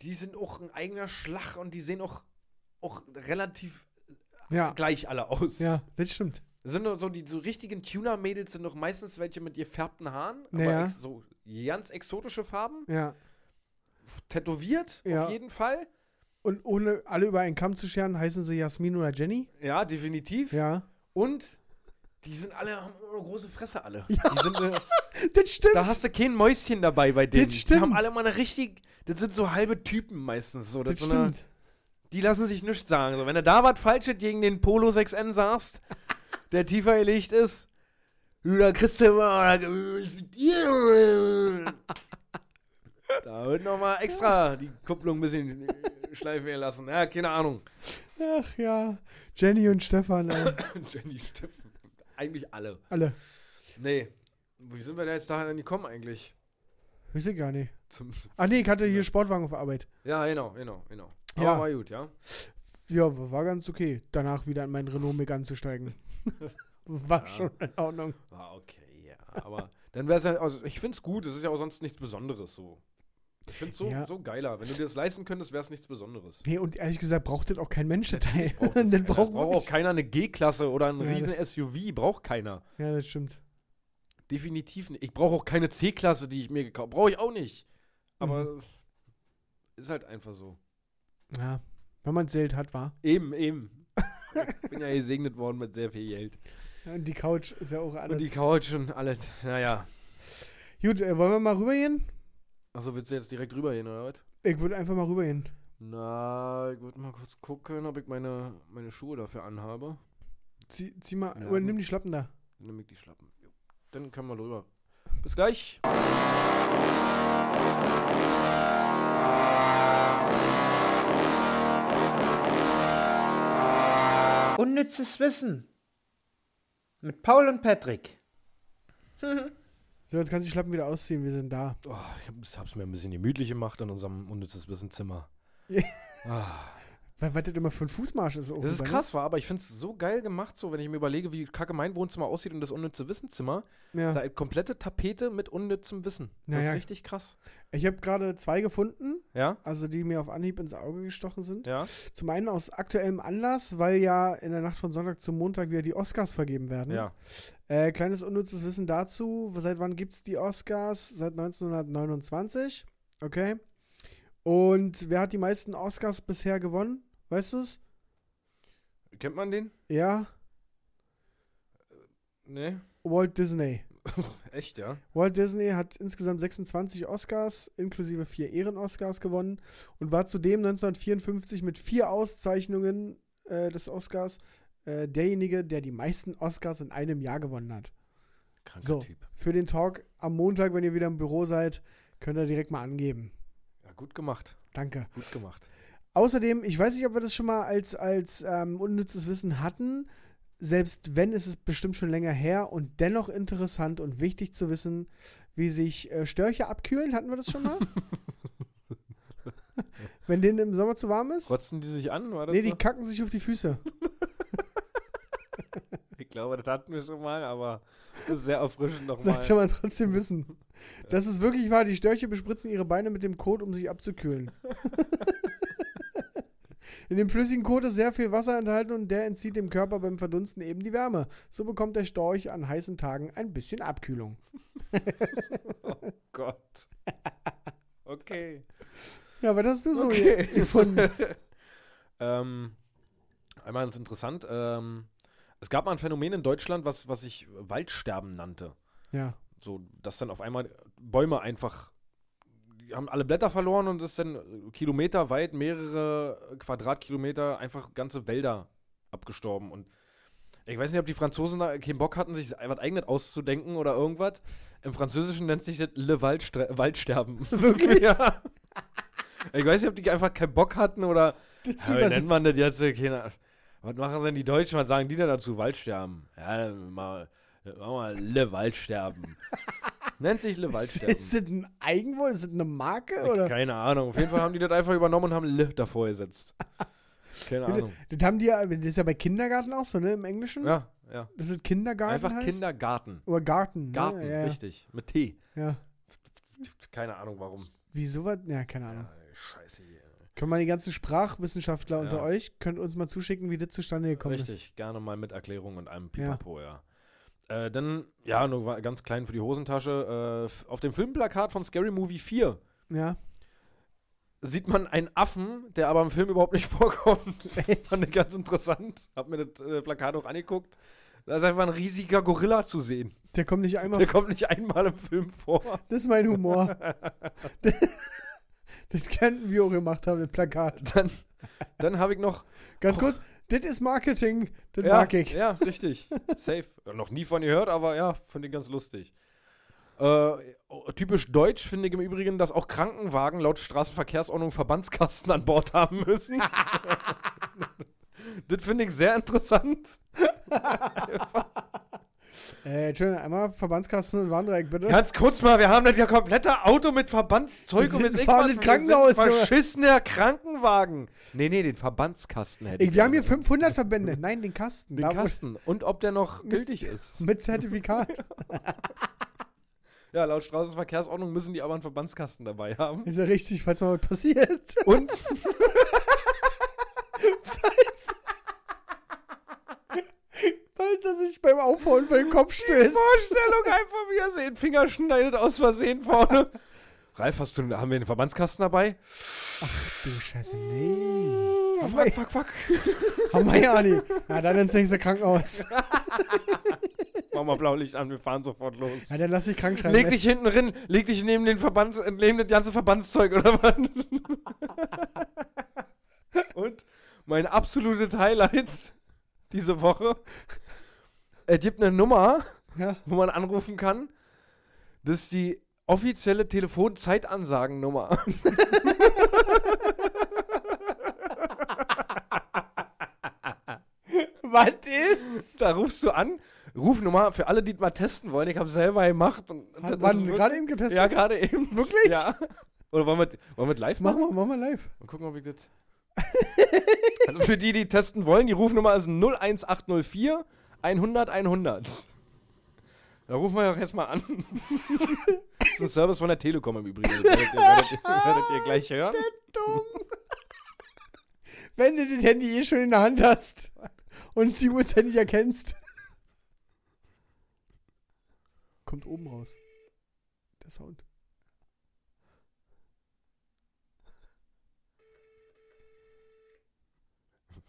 die sind auch ein eigener Schlag und die sehen auch, auch relativ
Ja,
gleich alle aus.
ja, das stimmt.
Das Sind doch so die so richtigen Tuner-Mädels sind doch meistens welche mit gefärbten Haaren, aber
Naja.
ex so ganz exotische Farben,
Ja.
tätowiert
Ja.
auf jeden Fall.
Und ohne alle über einen Kamm zu scheren, heißen sie Jasmin oder Jenny.
Ja, definitiv.
Ja.
Und die sind alle, haben immer eine große Fresse alle. Die sind, äh,
Das stimmt.
da hast du kein Mäuschen dabei bei denen. Die haben
stimmt.
alle mal eine richtig, das sind so halbe Typen meistens. So,
das
so eine-
stimmt.
die lassen sich nichts sagen. So, wenn du da was Falsches gegen den Polo 6N sagst, der tiefer gelegt ist, da kriegst du immer, was ist mit dir? Da wird nochmal extra die Kupplung ein bisschen äh, schleifen gelassen. Ja, keine Ahnung.
Ach ja. Jenny und Stefan, äh,
Jenny Steffen. Eigentlich alle.
alle.
Nee. Wie sind wir da jetzt dahin gekommen eigentlich?
Wüsste gar nicht.
Zum
Ach nee, ich hatte hier Sportwagen auf Arbeit.
ja, genau, genau, genau. Aber
Ja.
war gut, ja?
Ja, war ganz okay. Danach wieder in meinen Renault Megane zu steigen. War
Ja.
schon in Ordnung.
War Ah, okay, ja. Aber dann wäre es halt, also ich finde es gut, es ist ja auch sonst nichts Besonderes so. Ich finde es so,
Ja.
so geiler. Wenn du dir das leisten könntest, wäre es nichts Besonderes.
Nee, und ehrlich gesagt braucht das auch kein Mensch, das Teil.
Braucht
Dann
es keiner.
braucht
braucht auch
wirklich.
keiner eine G-Klasse oder ein
Ja,
riesen SUV, braucht keiner.
Ja, das stimmt.
Definitiv nicht. Ich brauche auch keine C-Klasse, die ich mir gekauft Brauche ich auch nicht. Aber
Mhm.
ist halt einfach so.
Ja. Wenn man es Geld hat, war.
Eben, eben. ich bin ja gesegnet worden mit sehr viel Geld.
Ja, und die Couch ist ja auch
Und
alles.
die Couch und alles. Naja.
Gut, äh, wollen wir mal rübergehen?
Also willst du jetzt direkt rübergehen, oder was?
Ich würde einfach mal rübergehen.
Na, ich würde mal kurz gucken, ob ich meine, meine Schuhe dafür anhabe.
Zieh, zieh mal.
Ja.
Oder nimm die Schlappen da.
Dann nehme ich die Schlappen. Jo. Dann können wir rüber. Bis gleich.
Unnützes Wissen. Mit Paul und Patrick.
So, jetzt kannst du die Schlappen wieder ausziehen. Wir sind da.
Oh, ich hab's- hab's mir ein bisschen gemütlich gemacht in unserem unnützes Wissenzimmer.
Ja.
ah,
Weil was das immer für ein Fußmarsch ist. auch
das ist
über, ne?
krass, war, aber ich finde es so geil gemacht, so wenn ich mir überlege, wie kacke mein Wohnzimmer aussieht und das unnütze Wissenzimmer. Da
Ja.
ist komplette Tapete mit unnützem Wissen. Das
Naja.
ist richtig krass.
Ich habe gerade zwei gefunden,
Ja?
also die mir auf Anhieb ins Auge gestochen sind.
Ja?
Zum einen aus aktuellem Anlass, weil ja in der Nacht von Sonntag zum Montag wieder die Oscars vergeben werden.
Ja.
Äh, kleines unnützes Wissen dazu. Seit wann gibt es die Oscars? Seit 1929. Okay. Und wer hat die meisten Oscars bisher gewonnen? Weißt du es?
Kennt man den?
Ja,
Nee?
Walt Disney.
Echt, ja?
Walt Disney hat insgesamt 26 Oscars, inklusive vier Ehren-Oscars gewonnen und war zudem 1954 mit vier Auszeichnungen äh, des Oscars äh, derjenige, der die meisten Oscars in einem Jahr gewonnen hat.
Kranker
So.
Typ.
Für den Talk am Montag, wenn ihr wieder im Büro seid, könnt ihr direkt mal angeben.
Ja, gut gemacht.
Danke.
Gut gemacht.
Außerdem, ich weiß nicht, ob wir das schon mal als, als ähm, unnützes Wissen hatten. Selbst wenn, ist es bestimmt schon länger her und dennoch interessant und wichtig zu wissen, wie sich äh, Störche abkühlen. Hatten wir das schon mal? wenn denen im Sommer zu warm ist?
Rotzen die sich an? War das
Nee,
so?
die kacken sich auf die Füße.
Ich glaube, das hatten wir schon mal, aber das ist sehr erfrischend nochmal.
Sollte man trotzdem wissen. Das ist wirklich wahr. Die Störche bespritzen ihre Beine mit dem Kot, um sich abzukühlen. In dem flüssigen Kot ist sehr viel Wasser enthalten und der entzieht dem Körper beim Verdunsten eben die Wärme. So bekommt der Storch an heißen Tagen ein bisschen Abkühlung.
Gott. Okay.
Ja, was hast du so
Okay.
ge- gefunden?
Ähm, einmal ganz interessant. Ähm, es gab mal ein Phänomen in Deutschland, was, was ich Waldsterben nannte.
Ja,
So, dass dann auf einmal Bäume einfach. Die haben alle Blätter verloren und es dann kilometerweit, mehrere Quadratkilometer, einfach ganze Wälder abgestorben. Und ich weiß nicht, ob die Franzosen da keinen Bock hatten, sich was eigenes auszudenken oder irgendwas. Im Französischen nennt sich das Le Waldstre Waldsterben.
wirklich?
ja. Ich weiß nicht, ob die einfach keinen Bock hatten oder
Das ist
ja, wie nennt
übersetzt.
man das jetzt? äh, Keine Ahnung. Was machen denn die Deutschen? Was sagen die denn dazu? Waldsterben. Ja, mal, machen wir mal Le Waldsterben. Nennt sich Le
Ist,
Waldsterben.
ist das ein Eigenwort? Ist das eine Marke? Oder?
Keine Ahnung. Auf jeden Fall haben die das einfach übernommen und haben Le davor gesetzt. Keine Ahnung.
Das haben die ja, das ist ja bei Kindergarten auch so, ne? Im Englischen.
Ja, ja.
Das ist Kindergarten.
Einfach
heißt.
Kindergarten.
Oder Garten.
Garten,
ne? ja, ja.
richtig. Mit T.
Ja.
Keine Ahnung warum.
Wieso was? Ja, keine Ahnung.
Ja, scheiße hier.
Können mal die ganzen Sprachwissenschaftler
Ja.
unter euch, könnt uns mal zuschicken, wie das zustande gekommen
Richtig, gerne mal mit Erklärung und einem Pipapo, ja. Äh, dann, ja, nur wa- ganz klein für die Hosentasche. Äh, f- auf dem Filmplakat von Scary Movie 4
ist. Ja.
sieht man einen Affen, der aber im Film überhaupt nicht vorkommt. Fand ich ganz interessant. Hab mir das äh, Plakat auch angeguckt. Da ist einfach ein riesiger Gorilla zu sehen.
Der kommt nicht einmal
Der kommt nicht einmal im Film vor.
Das ist mein Humor. das könnten wir auch gemacht haben, das Plakat.
Dann, dann habe ich noch.
Ganz kurz, das ist Marketing, das
ja,
mag ich.
Ja, richtig. Safe. Noch nie von gehört, aber ja, finde ich ganz lustig. Äh, typisch deutsch finde ich im Übrigen, dass auch Krankenwagen laut Straßenverkehrsordnung Verbandskasten an Bord haben müssen. das finde ich sehr interessant.
Äh, Entschuldigung, einmal Verbandskasten und Warndreieck, bitte.
Ganz kurz mal, wir haben das ja komplette Auto mit Verbandszeug
Wir sind- fahren in Krankenhaus, Junge.
Verschissener Krankenwagen. Nee, nee, den Verbandskasten hätte
ich, wir haben
gerne.
hier 500 Verbände. Nein, den Kasten.
den
Da, wo-
Kasten. Und ob der noch
Mit-
gültig ist.
Mit Zertifikat.
Ja, laut Straßenverkehrsordnung müssen die aber einen Verbandskasten dabei haben.
Ist ja richtig, falls mal was passiert.
Und
Falls er sich beim Aufhauen beim Kopf stößt.
Vorstellung einfach, wie er sich den Finger schneidet aus Versehen vorne. Ralf, hast du, haben wir den Verbandskasten dabei?
Du Scheiße, nee.
Oh, fuck, fuck, fuck.
Haben wir ja nicht. Ja, dann ins nächste Krankenhaus.
Mach mal Blaulicht an, wir fahren sofort los.
Ja, dann lass dich krank schreiben.
Leg dich hinten rin, leg dich neben den Verband, neben das ganze Verbandszeug, oder was? Und mein absolutes Highlight diese Woche. Es gibt eine Nummer,
Ja.
wo man anrufen kann. Das ist die offizielle Telefonzeitansagennummer.
Was ist?
Da rufst du an, Rufnummer für alle, die mal testen wollen. Ich habe selber gemacht. Und
Hat
das ist
man
wirklich-
gerade eben getestet?
Ja, gerade eben.
Wirklich?
Ja. Oder wollen wir, wollen wir das live
Machen wir, machen wir live.
Mal gucken, ob ich das. also für die, die testen wollen, die Rufnummer ist 01804 100 100. Da rufen wir doch jetzt mal an. das ist ein Service von der Telekom im Übrigen. Das werdet ihr, werdet ihr, werdet ihr gleich hören.
dumm. Wenn du das Handy eh schon in der Hand hast und die Uhrzeit nicht erkennst. Kommt oben raus. Der Sound.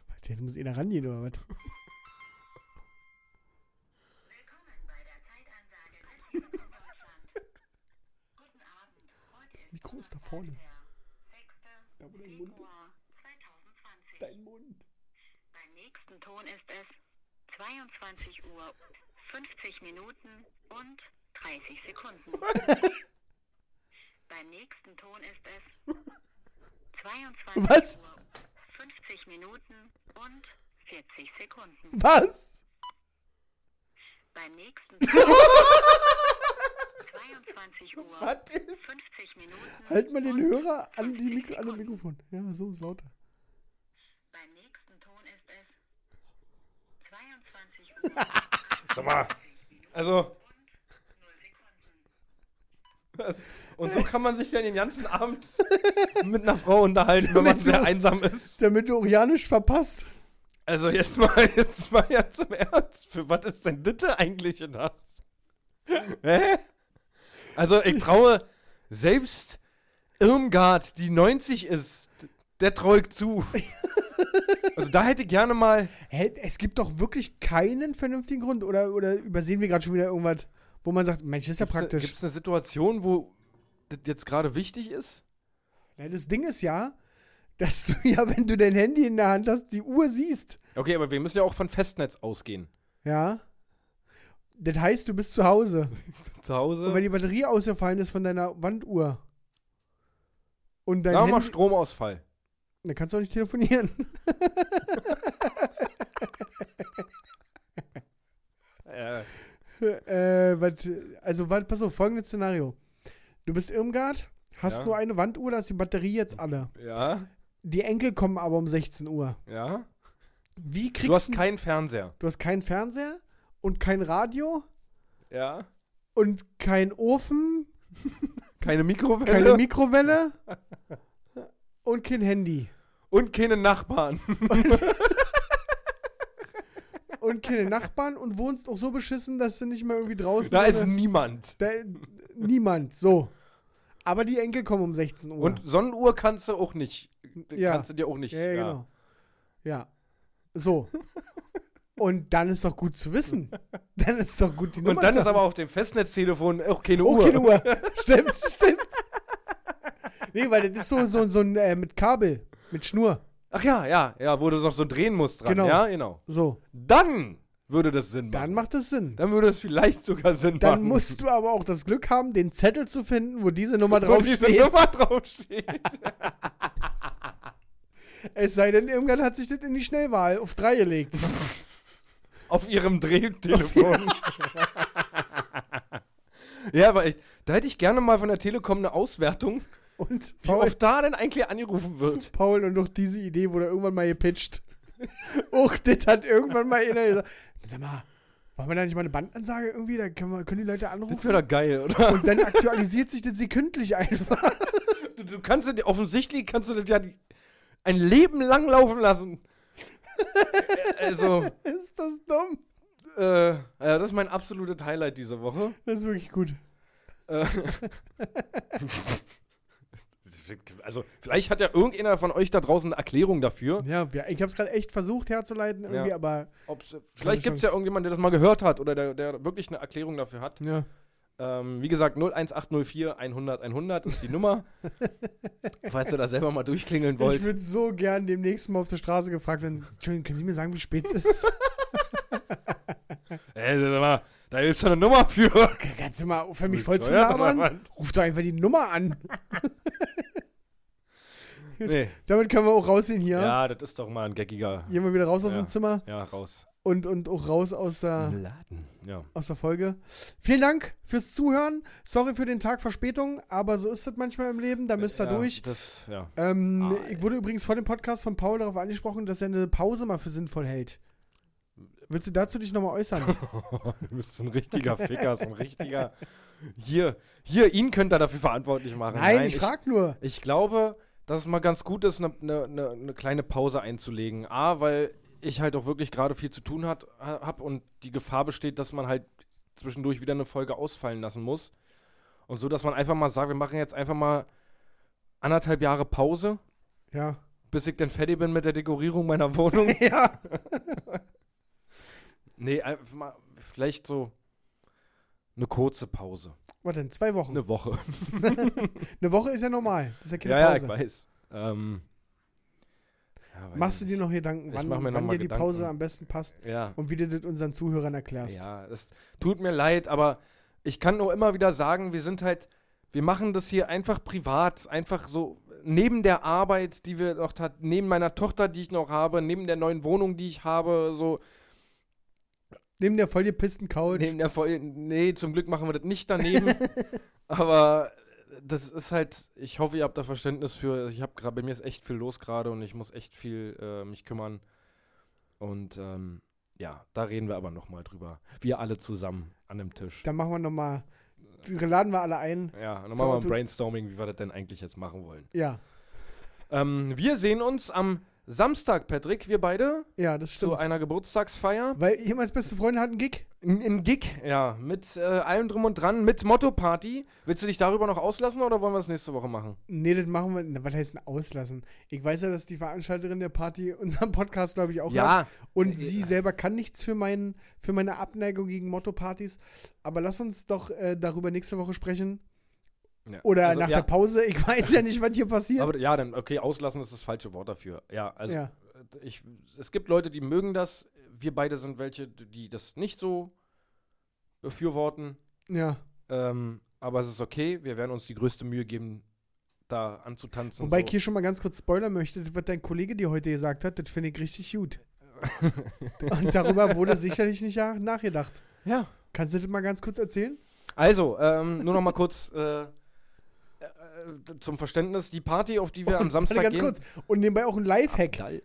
Warte, Jetzt muss einer rangehen, oder was?
Willkommen bei der Zeitansage des Telekom Deutschland. Guten Abend. Heute ist
Mikro ist da vorne.
der
Da,
6.
wo dein Mund ist.
Februar 2020.
Dein Mund.
Beim nächsten Ton ist es 22 Uhr 50 Minuten und 30 Sekunden. Beim nächsten Ton ist es 22
Was?
Uhr 50 Minuten und 40 Sekunden.
Was?
Beim nächsten Tag. 22 Uhr.
Was?
50 Minuten.
Halt mal den
und
Hörer an, die
50
Mikro an das
Sekunden.
Mikrofon. Ja, so ist lauter.
Beim nächsten Ton ist es 22 Uhr.
Sag mal. Also. Und so kann man sich dann den ganzen Abend mit einer Frau unterhalten, wenn man
Damit
sehr
du-
einsam ist.
Damit du Orianisch verpasst.
Also jetzt mal, jetzt mal ja zum Ernst. Für was ist denn Ditte eigentlich gedacht? Hä? Also ich traue selbst Irmgard, die 90 ist, der treugt zu. Also da hätte ich gerne mal.
Hä, es gibt doch wirklich keinen vernünftigen Grund. Oder, oder übersehen wir gerade schon wieder irgendwas, wo man sagt, Mensch, das ist ja praktisch.
Gibt es eine Situation, wo das jetzt gerade wichtig ist?
Nein, das Ding ist ja, dass du ja, wenn du dein Handy in der Hand hast, die Uhr siehst.
Okay, aber wir müssen ja auch von Festnetz ausgehen.
Ja. Das heißt, du bist zu Hause.
Zu
Und wenn
Hause.
die Batterie ausgefallen ist von deiner Wanduhr und dein
Da haben wir
Handy,
Stromausfall.
dann kannst du auch nicht telefonieren. äh, wat, also, wat, pass auf, folgendes Szenario. Du bist Irmgard, hast
Ja.
nur eine Wanduhr, da ist die Batterie jetzt alle.
Ja,
Die Enkel kommen aber um 16 Uhr.
ja.
Wie kriegst
Du hast keinen Fernseher.
du hast keinen Fernseher und kein Radio
Ja.
und kein Ofen,
Keine Mikrowelle
keine Mikrowelle und kein Handy
und keine Nachbarn.
und keine Nachbarn und wohnst auch so beschissen, dass du nicht mehr irgendwie draußen
Da ist
deine-
niemand.
da, niemand, so. Aber die Enkel kommen um 16 Uhr.
Und Sonnenuhr kannst du auch nicht.
Ja.
Kannst du dir auch nicht.
Ja, ja, genau. Ja. So. Und dann ist doch gut zu wissen. Dann ist doch gut die Nummer.
Und dann
zu
ist aber auf dem Festnetztelefon auch keine
haben.
Uhr.
Oh, keine Uhr. stimmt, stimmt. Nee, weil das ist so, so, so ein äh, mit Kabel, mit Schnur.
Ach ja, ja, ja, wo du noch so drehen musst dran.
Genau.
Ja, genau.
So,
Dann würde das Sinn machen.
dann macht das Sinn.
Dann würde es vielleicht sogar Sinn
Dann
machen.
musst du aber auch das Glück haben, den Zettel zu finden, wo diese Nummer
Wo diese
draufsteht.
Nummer draufsteht.
Es sei denn, irgendwann hat sich das in die Schnellwahl auf drei gelegt.
auf ihrem Drehtelefon. ja, aber ich, da hätte ich gerne mal von der Telekom eine Auswertung,
Und
wie
Paul,
oft da denn eigentlich angerufen wird.
Paul und noch diese Idee wurde irgendwann mal gepitcht. Och, das hat irgendwann mal einer gesagt. Sag mal, wollen wir da nicht mal eine Bandansage irgendwie? Da können, wir, können die Leute
Das
anrufen.
wäre doch geil, oder?
Und dann aktualisiert sich das sekündlich einfach.
Du, du kannst es offensichtlich kannst du das ja die- ein Leben lang laufen lassen. Ä- also,
ist das dumm?
äh, ja, das ist mein absolutes Highlight diese Woche.
Das ist wirklich gut.
Äh, also, vielleicht hat ja irgendeiner von euch da draußen eine Erklärung dafür.
Ja, wir- ich habe es gerade echt versucht herzuleiten irgendwie,
Ja.
aber
Ob's, äh, vielleicht gibt es
Chance.
ja irgendjemanden, der das mal gehört hat oder der, der wirklich eine Erklärung dafür hat.
ja.
Ähm, wie gesagt, 01804 100 100 ist die Nummer. Falls ihr da selber mal durchklingeln
ich
wollt.
würde so gern demnächst mal auf der Straße gefragt werden. Entschuldigung, können Sie mir sagen, wie spät es ist?
Ey, Äh, sag mal, da gibt's doch eine Nummer für.
Kannst du mal aufhören, mich
Bist
voll
du
zu
bescheuert oder
labern? Ruf doch einfach die Nummer an.
Nee.
Damit können wir auch rausgehen hier.
Ja. das ist doch mal ein geckiger.
Gehen wir wieder raus aus
Ja.
dem Zimmer
Ja, raus.
und, und auch raus aus der.
Laden. Ja.
aus der Folge. Vielen Dank fürs Zuhören. Sorry für den Tag Verspätung, aber so ist es manchmal im Leben. Da müsst ihr
ja,
durch.
Das, ja.
Ähm,
Ah,
ich wurde übrigens vor dem Podcast von Paul darauf angesprochen, dass er eine Pause mal für sinnvoll hält. Willst du dazu dich nochmal äußern?
du bist so ein richtiger Ficker, so ein richtiger. Hier, hier, ihn könnt ihr dafür verantwortlich machen.
Nein, ich frag nur.
Ich glaube, dass es mal ganz gut ist, eine ne, ne, ne kleine Pause einzulegen. A, weil ich halt auch wirklich gerade viel zu tun hat, ha- hab und die Gefahr besteht, dass man halt zwischendurch wieder eine Folge ausfallen lassen muss. Und so, dass man einfach mal sagt, wir machen jetzt einfach mal anderthalb Jahre Pause,
Ja.
bis ich dann fertig bin mit der Dekorierung meiner Wohnung.
Ja.
nee, einfach mal vielleicht so eine kurze Pause.
Warte, in zwei Wochen. Eine,
Eine Woche.
Woche ist ja normal. Das ist ja Oh. keine
Ne. ja,
Pause.
ja, ich weiß. Ähm, ja, weiß
Machst du Oh,
ich
dir noch Gedanken,
Ich
wann,
mach mir noch
wann
mal
dir die
Gedanken.
Pause am besten passt
nicht. Ja.
und wie du das unseren Zuhörern erklärst?
Ja, es tut mir leid, aber ich kann nur immer wieder sagen, wir sind halt, wir machen das hier einfach privat, einfach so neben der Arbeit, die wir noch hat, neben meiner Tochter, die ich noch habe, neben der neuen Wohnung, die ich habe, so
Neben der vollgepissten Couch.
neben der Voll nee, zum Glück machen wir das nicht daneben, aber das ist halt, ich hoffe, ihr habt da Verständnis für. Ich habe gerade bei mir ist echt viel los gerade und ich muss echt viel äh, mich kümmern und ähm, ja, da reden wir aber noch mal drüber. Wir alle zusammen an dem Tisch.
Dann machen wir nochmal. Laden wir alle ein.
Ja, dann
So,
machen wir
und
ein
du-
Brainstorming, wie wir das denn eigentlich jetzt machen wollen.
Ja.
Ähm, wir sehen uns am Samstag, Patrick, wir beide,
Ja, das stimmt.
zu einer Geburtstagsfeier.
Weil jemals beste Freunde hat einen Gig.
In, in Gig, ja, mit äh, allem drum und dran, mit Motto-Party. Willst du dich darüber noch auslassen oder wollen wir es nächste Woche machen?
Nee, das machen wir. Na, was heißt denn auslassen? Ich weiß ja, dass die Veranstalterin der Party unseren Podcast, glaube ich, auch hat. Und
Äh,
sie
äh.
selber kann nichts für, meinen, für meine Abneigung gegen Motto-Partys. Aber lass uns doch äh, darüber nächste Woche sprechen.
Ja.
Oder
Also,
nach
ja,
der Pause. Ich weiß ja nicht, was hier passiert.
Aber ja, dann, okay, auslassen ist das falsche Wort dafür. Ja, also
ja.
ich, es gibt Leute, die mögen das. Wir beide sind welche, die das nicht so befürworten.
ja.
Ähm, aber es ist okay, wir werden uns die größte Mühe geben, da anzutanzen.
Wobei ich
so.
hier schon mal ganz kurz spoilern möchte, das, was dein Kollege dir heute gesagt hat, das finde ich richtig gut. Und darüber wurde sicherlich nicht nach- nachgedacht.
Ja,
Kannst du das mal ganz kurz erzählen?
Also, ähm, nur noch mal kurz äh, äh, d- zum Verständnis. Die Party, auf die wir am
Und-
Samstag
warte, ganz
gehen...
kurz. Und nebenbei auch ein Lifehack.
Abdall.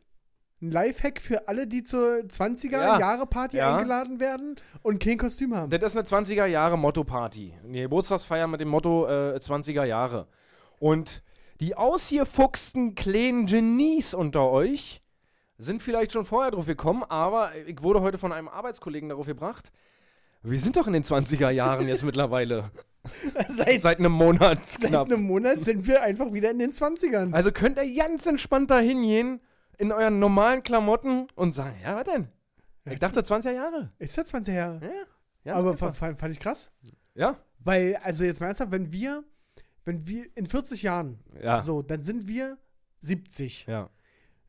Ein Lifehack für alle, die zur 20er
Ja.
Jahre Party
Ja.
eingeladen werden und kein Kostüm haben.
Das ist eine 20er Jahre Motto-Party. Eine Geburtstagsfeier mit dem Motto äh, 20er Jahre. Und die ausgefuchsten kleinen Genies unter euch sind vielleicht schon vorher drauf gekommen, aber ich wurde heute von einem Arbeitskollegen darauf gebracht. Wir sind doch in den 20er Jahren jetzt mittlerweile.
seit, seit
Seit einem Monat knapp.
einem Monat sind wir einfach wieder in den 20ern.
also könnt ihr ganz entspannt da hingehen, in euren normalen Klamotten und sagen, ja, was denn? Ich dachte 20er Jahre.
Ist ja 20 Jahre.
Ja, ganz
Aber
einfach.
fa- fa- fand ich krass.
ja,
Weil, also jetzt mal ernsthaft, wenn wir, wenn wir in 40 Jahren,
ja,
so, dann sind wir 70.
ja,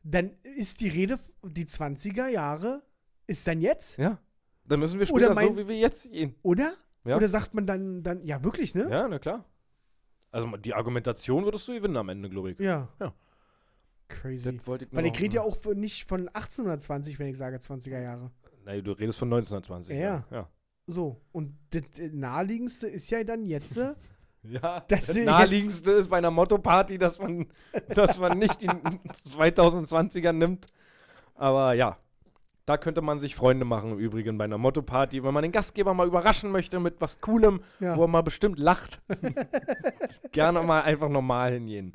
Dann ist die Rede, f- die 20er Jahre ist dann jetzt,
ja. Dann müssen wir
Oder
später
mein-
so, wie wir jetzt gehen.
oder?
Ja.
Oder sagt man dann, dann, ja, wirklich, ne?
Ja, na klar. Also die Argumentation würdest du gewinnen am Ende, glaube ich.
Ja.
Ja.
Crazy.
wollte ich
Weil
noch-
ich rede ja auch von- nicht von 1820, wenn ich sage 20er Jahre.
Nein, du redest von 1920.
Ja.
Ja.
So, und das äh, naheliegendste ist ja dann jetzt, äh,
ja.
Dass
Das,
wir jetzt-
naheliegendste ist bei einer Motto-Party, dass man, dass man nicht die 2020er nimmt. Aber ja, da könnte man sich Freunde machen im Übrigen bei einer Motto-Party, wenn man den Gastgeber mal überraschen möchte mit was Coolem,
ja.
wo er mal bestimmt lacht. Gerne mal einfach normal hingehen.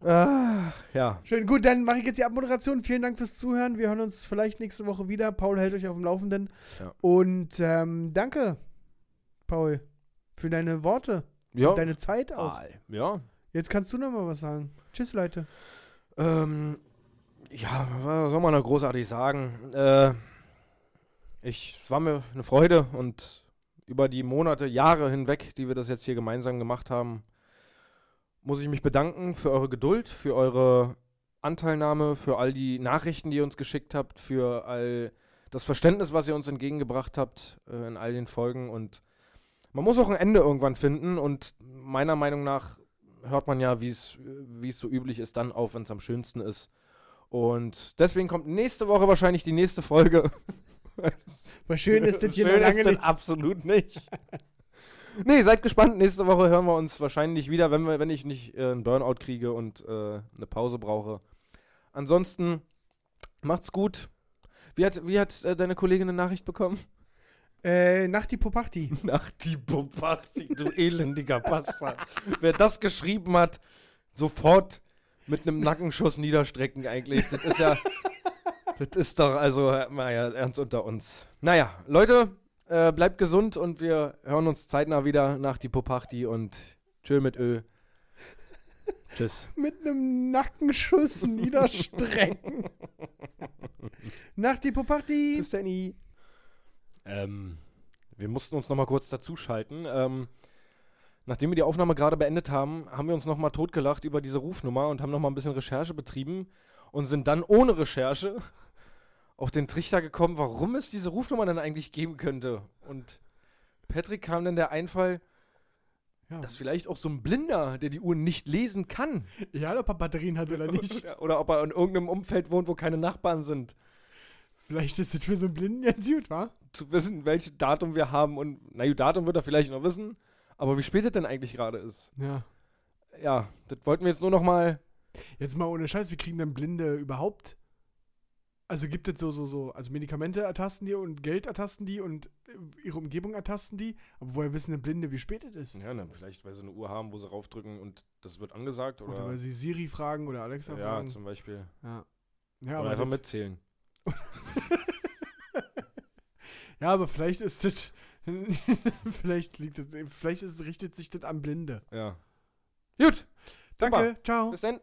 Ah, ja.
Schön, gut, dann mache ich jetzt die Abmoderation. Vielen Dank fürs Zuhören. Wir hören uns vielleicht nächste Woche wieder. Paul hält euch auf dem Laufenden.
Ja.
Und ähm, danke, Paul, für deine Worte,
Ja.
deine Zeit auch.
ja.
Jetzt kannst du noch mal was sagen. Tschüss, Leute.
Ähm, ja, was soll man da großartig sagen? Äh, ich es war mir eine Freude und über die Monate, Jahre hinweg, die wir das jetzt hier gemeinsam gemacht haben, muss ich mich bedanken für eure Geduld, für eure Anteilnahme, für all die Nachrichten, die ihr uns geschickt habt, für all das Verständnis, was ihr uns entgegengebracht habt äh, in all den Folgen. Und man muss auch ein Ende irgendwann finden. Und meiner Meinung nach hört man ja, wie es wie es so üblich ist, dann auf, wenn es am schönsten ist. Und deswegen kommt nächste Woche wahrscheinlich die nächste Folge.
Weil schön ist das hier noch
Schön
lange
ist das
nicht.
absolut nicht. nee, seid gespannt. Nächste Woche hören wir uns wahrscheinlich wieder, wenn, wir, wenn ich nicht äh, einen Burnout kriege und äh, eine Pause brauche. Ansonsten macht's gut. Wie hat, wie hat äh, deine Kollegin eine Nachricht bekommen?
Äh, Nachti Popachti.
Nach die Bombachti, du elendiger Bastard. Wer das geschrieben hat, sofort mit einem Nackenschuss niederstrecken eigentlich. Das ist ja, das ist doch, also, naja, ernst unter uns. Naja, Leute, äh, bleibt gesund und wir hören uns zeitnah wieder nach die Popachti und tschö mit Ö. Tschüss.
Mit einem Nackenschuss niederstrecken. Nachti Popachti.
Tschüss, Danny. Ähm, wir mussten uns noch mal kurz dazuschalten. Ähm, nachdem wir die Aufnahme gerade beendet haben, haben wir uns noch mal totgelacht über diese Rufnummer und haben noch mal ein bisschen Recherche betrieben und sind dann ohne Recherche auf den Trichter gekommen, warum es diese Rufnummer denn eigentlich geben könnte. Und Patrick kam dann der Einfall,
Ja.
dass vielleicht auch so ein Blinder, der die Uhr nicht lesen kann,
Ja, ob er Batterien hat oder nicht.
oder ob er in irgendeinem Umfeld wohnt, wo keine Nachbarn sind,
Vielleicht ist das für so einen Blinden jetzt gut, wa?
zu wissen, welches Datum wir haben. Und na gut, Datum wird er vielleicht noch wissen, aber wie spät es denn eigentlich gerade ist.
Ja.
Ja, das wollten wir jetzt nur noch mal.
Jetzt mal ohne Scheiß, wie kriegen denn Blinde überhaupt? Also gibt es so, so, so, also Medikamente ertasten die und Geld ertasten die und äh, ihre Umgebung ertasten die, aber woher wissen denn Blinde, wie spät es ist?
Ja, dann vielleicht, weil sie eine Uhr haben, wo sie raufdrücken und das wird angesagt.
Oder weil sie Siri fragen oder Alexa
ja,
fragen.
zum Beispiel.
Ja. Ja,
oder
aber
einfach
das-
mitzählen.
ja, aber vielleicht ist das, vielleicht liegt das, vielleicht ist, richtet sich das an Blinde.
Ja. Gut,
Danke, ciao.
bis dann.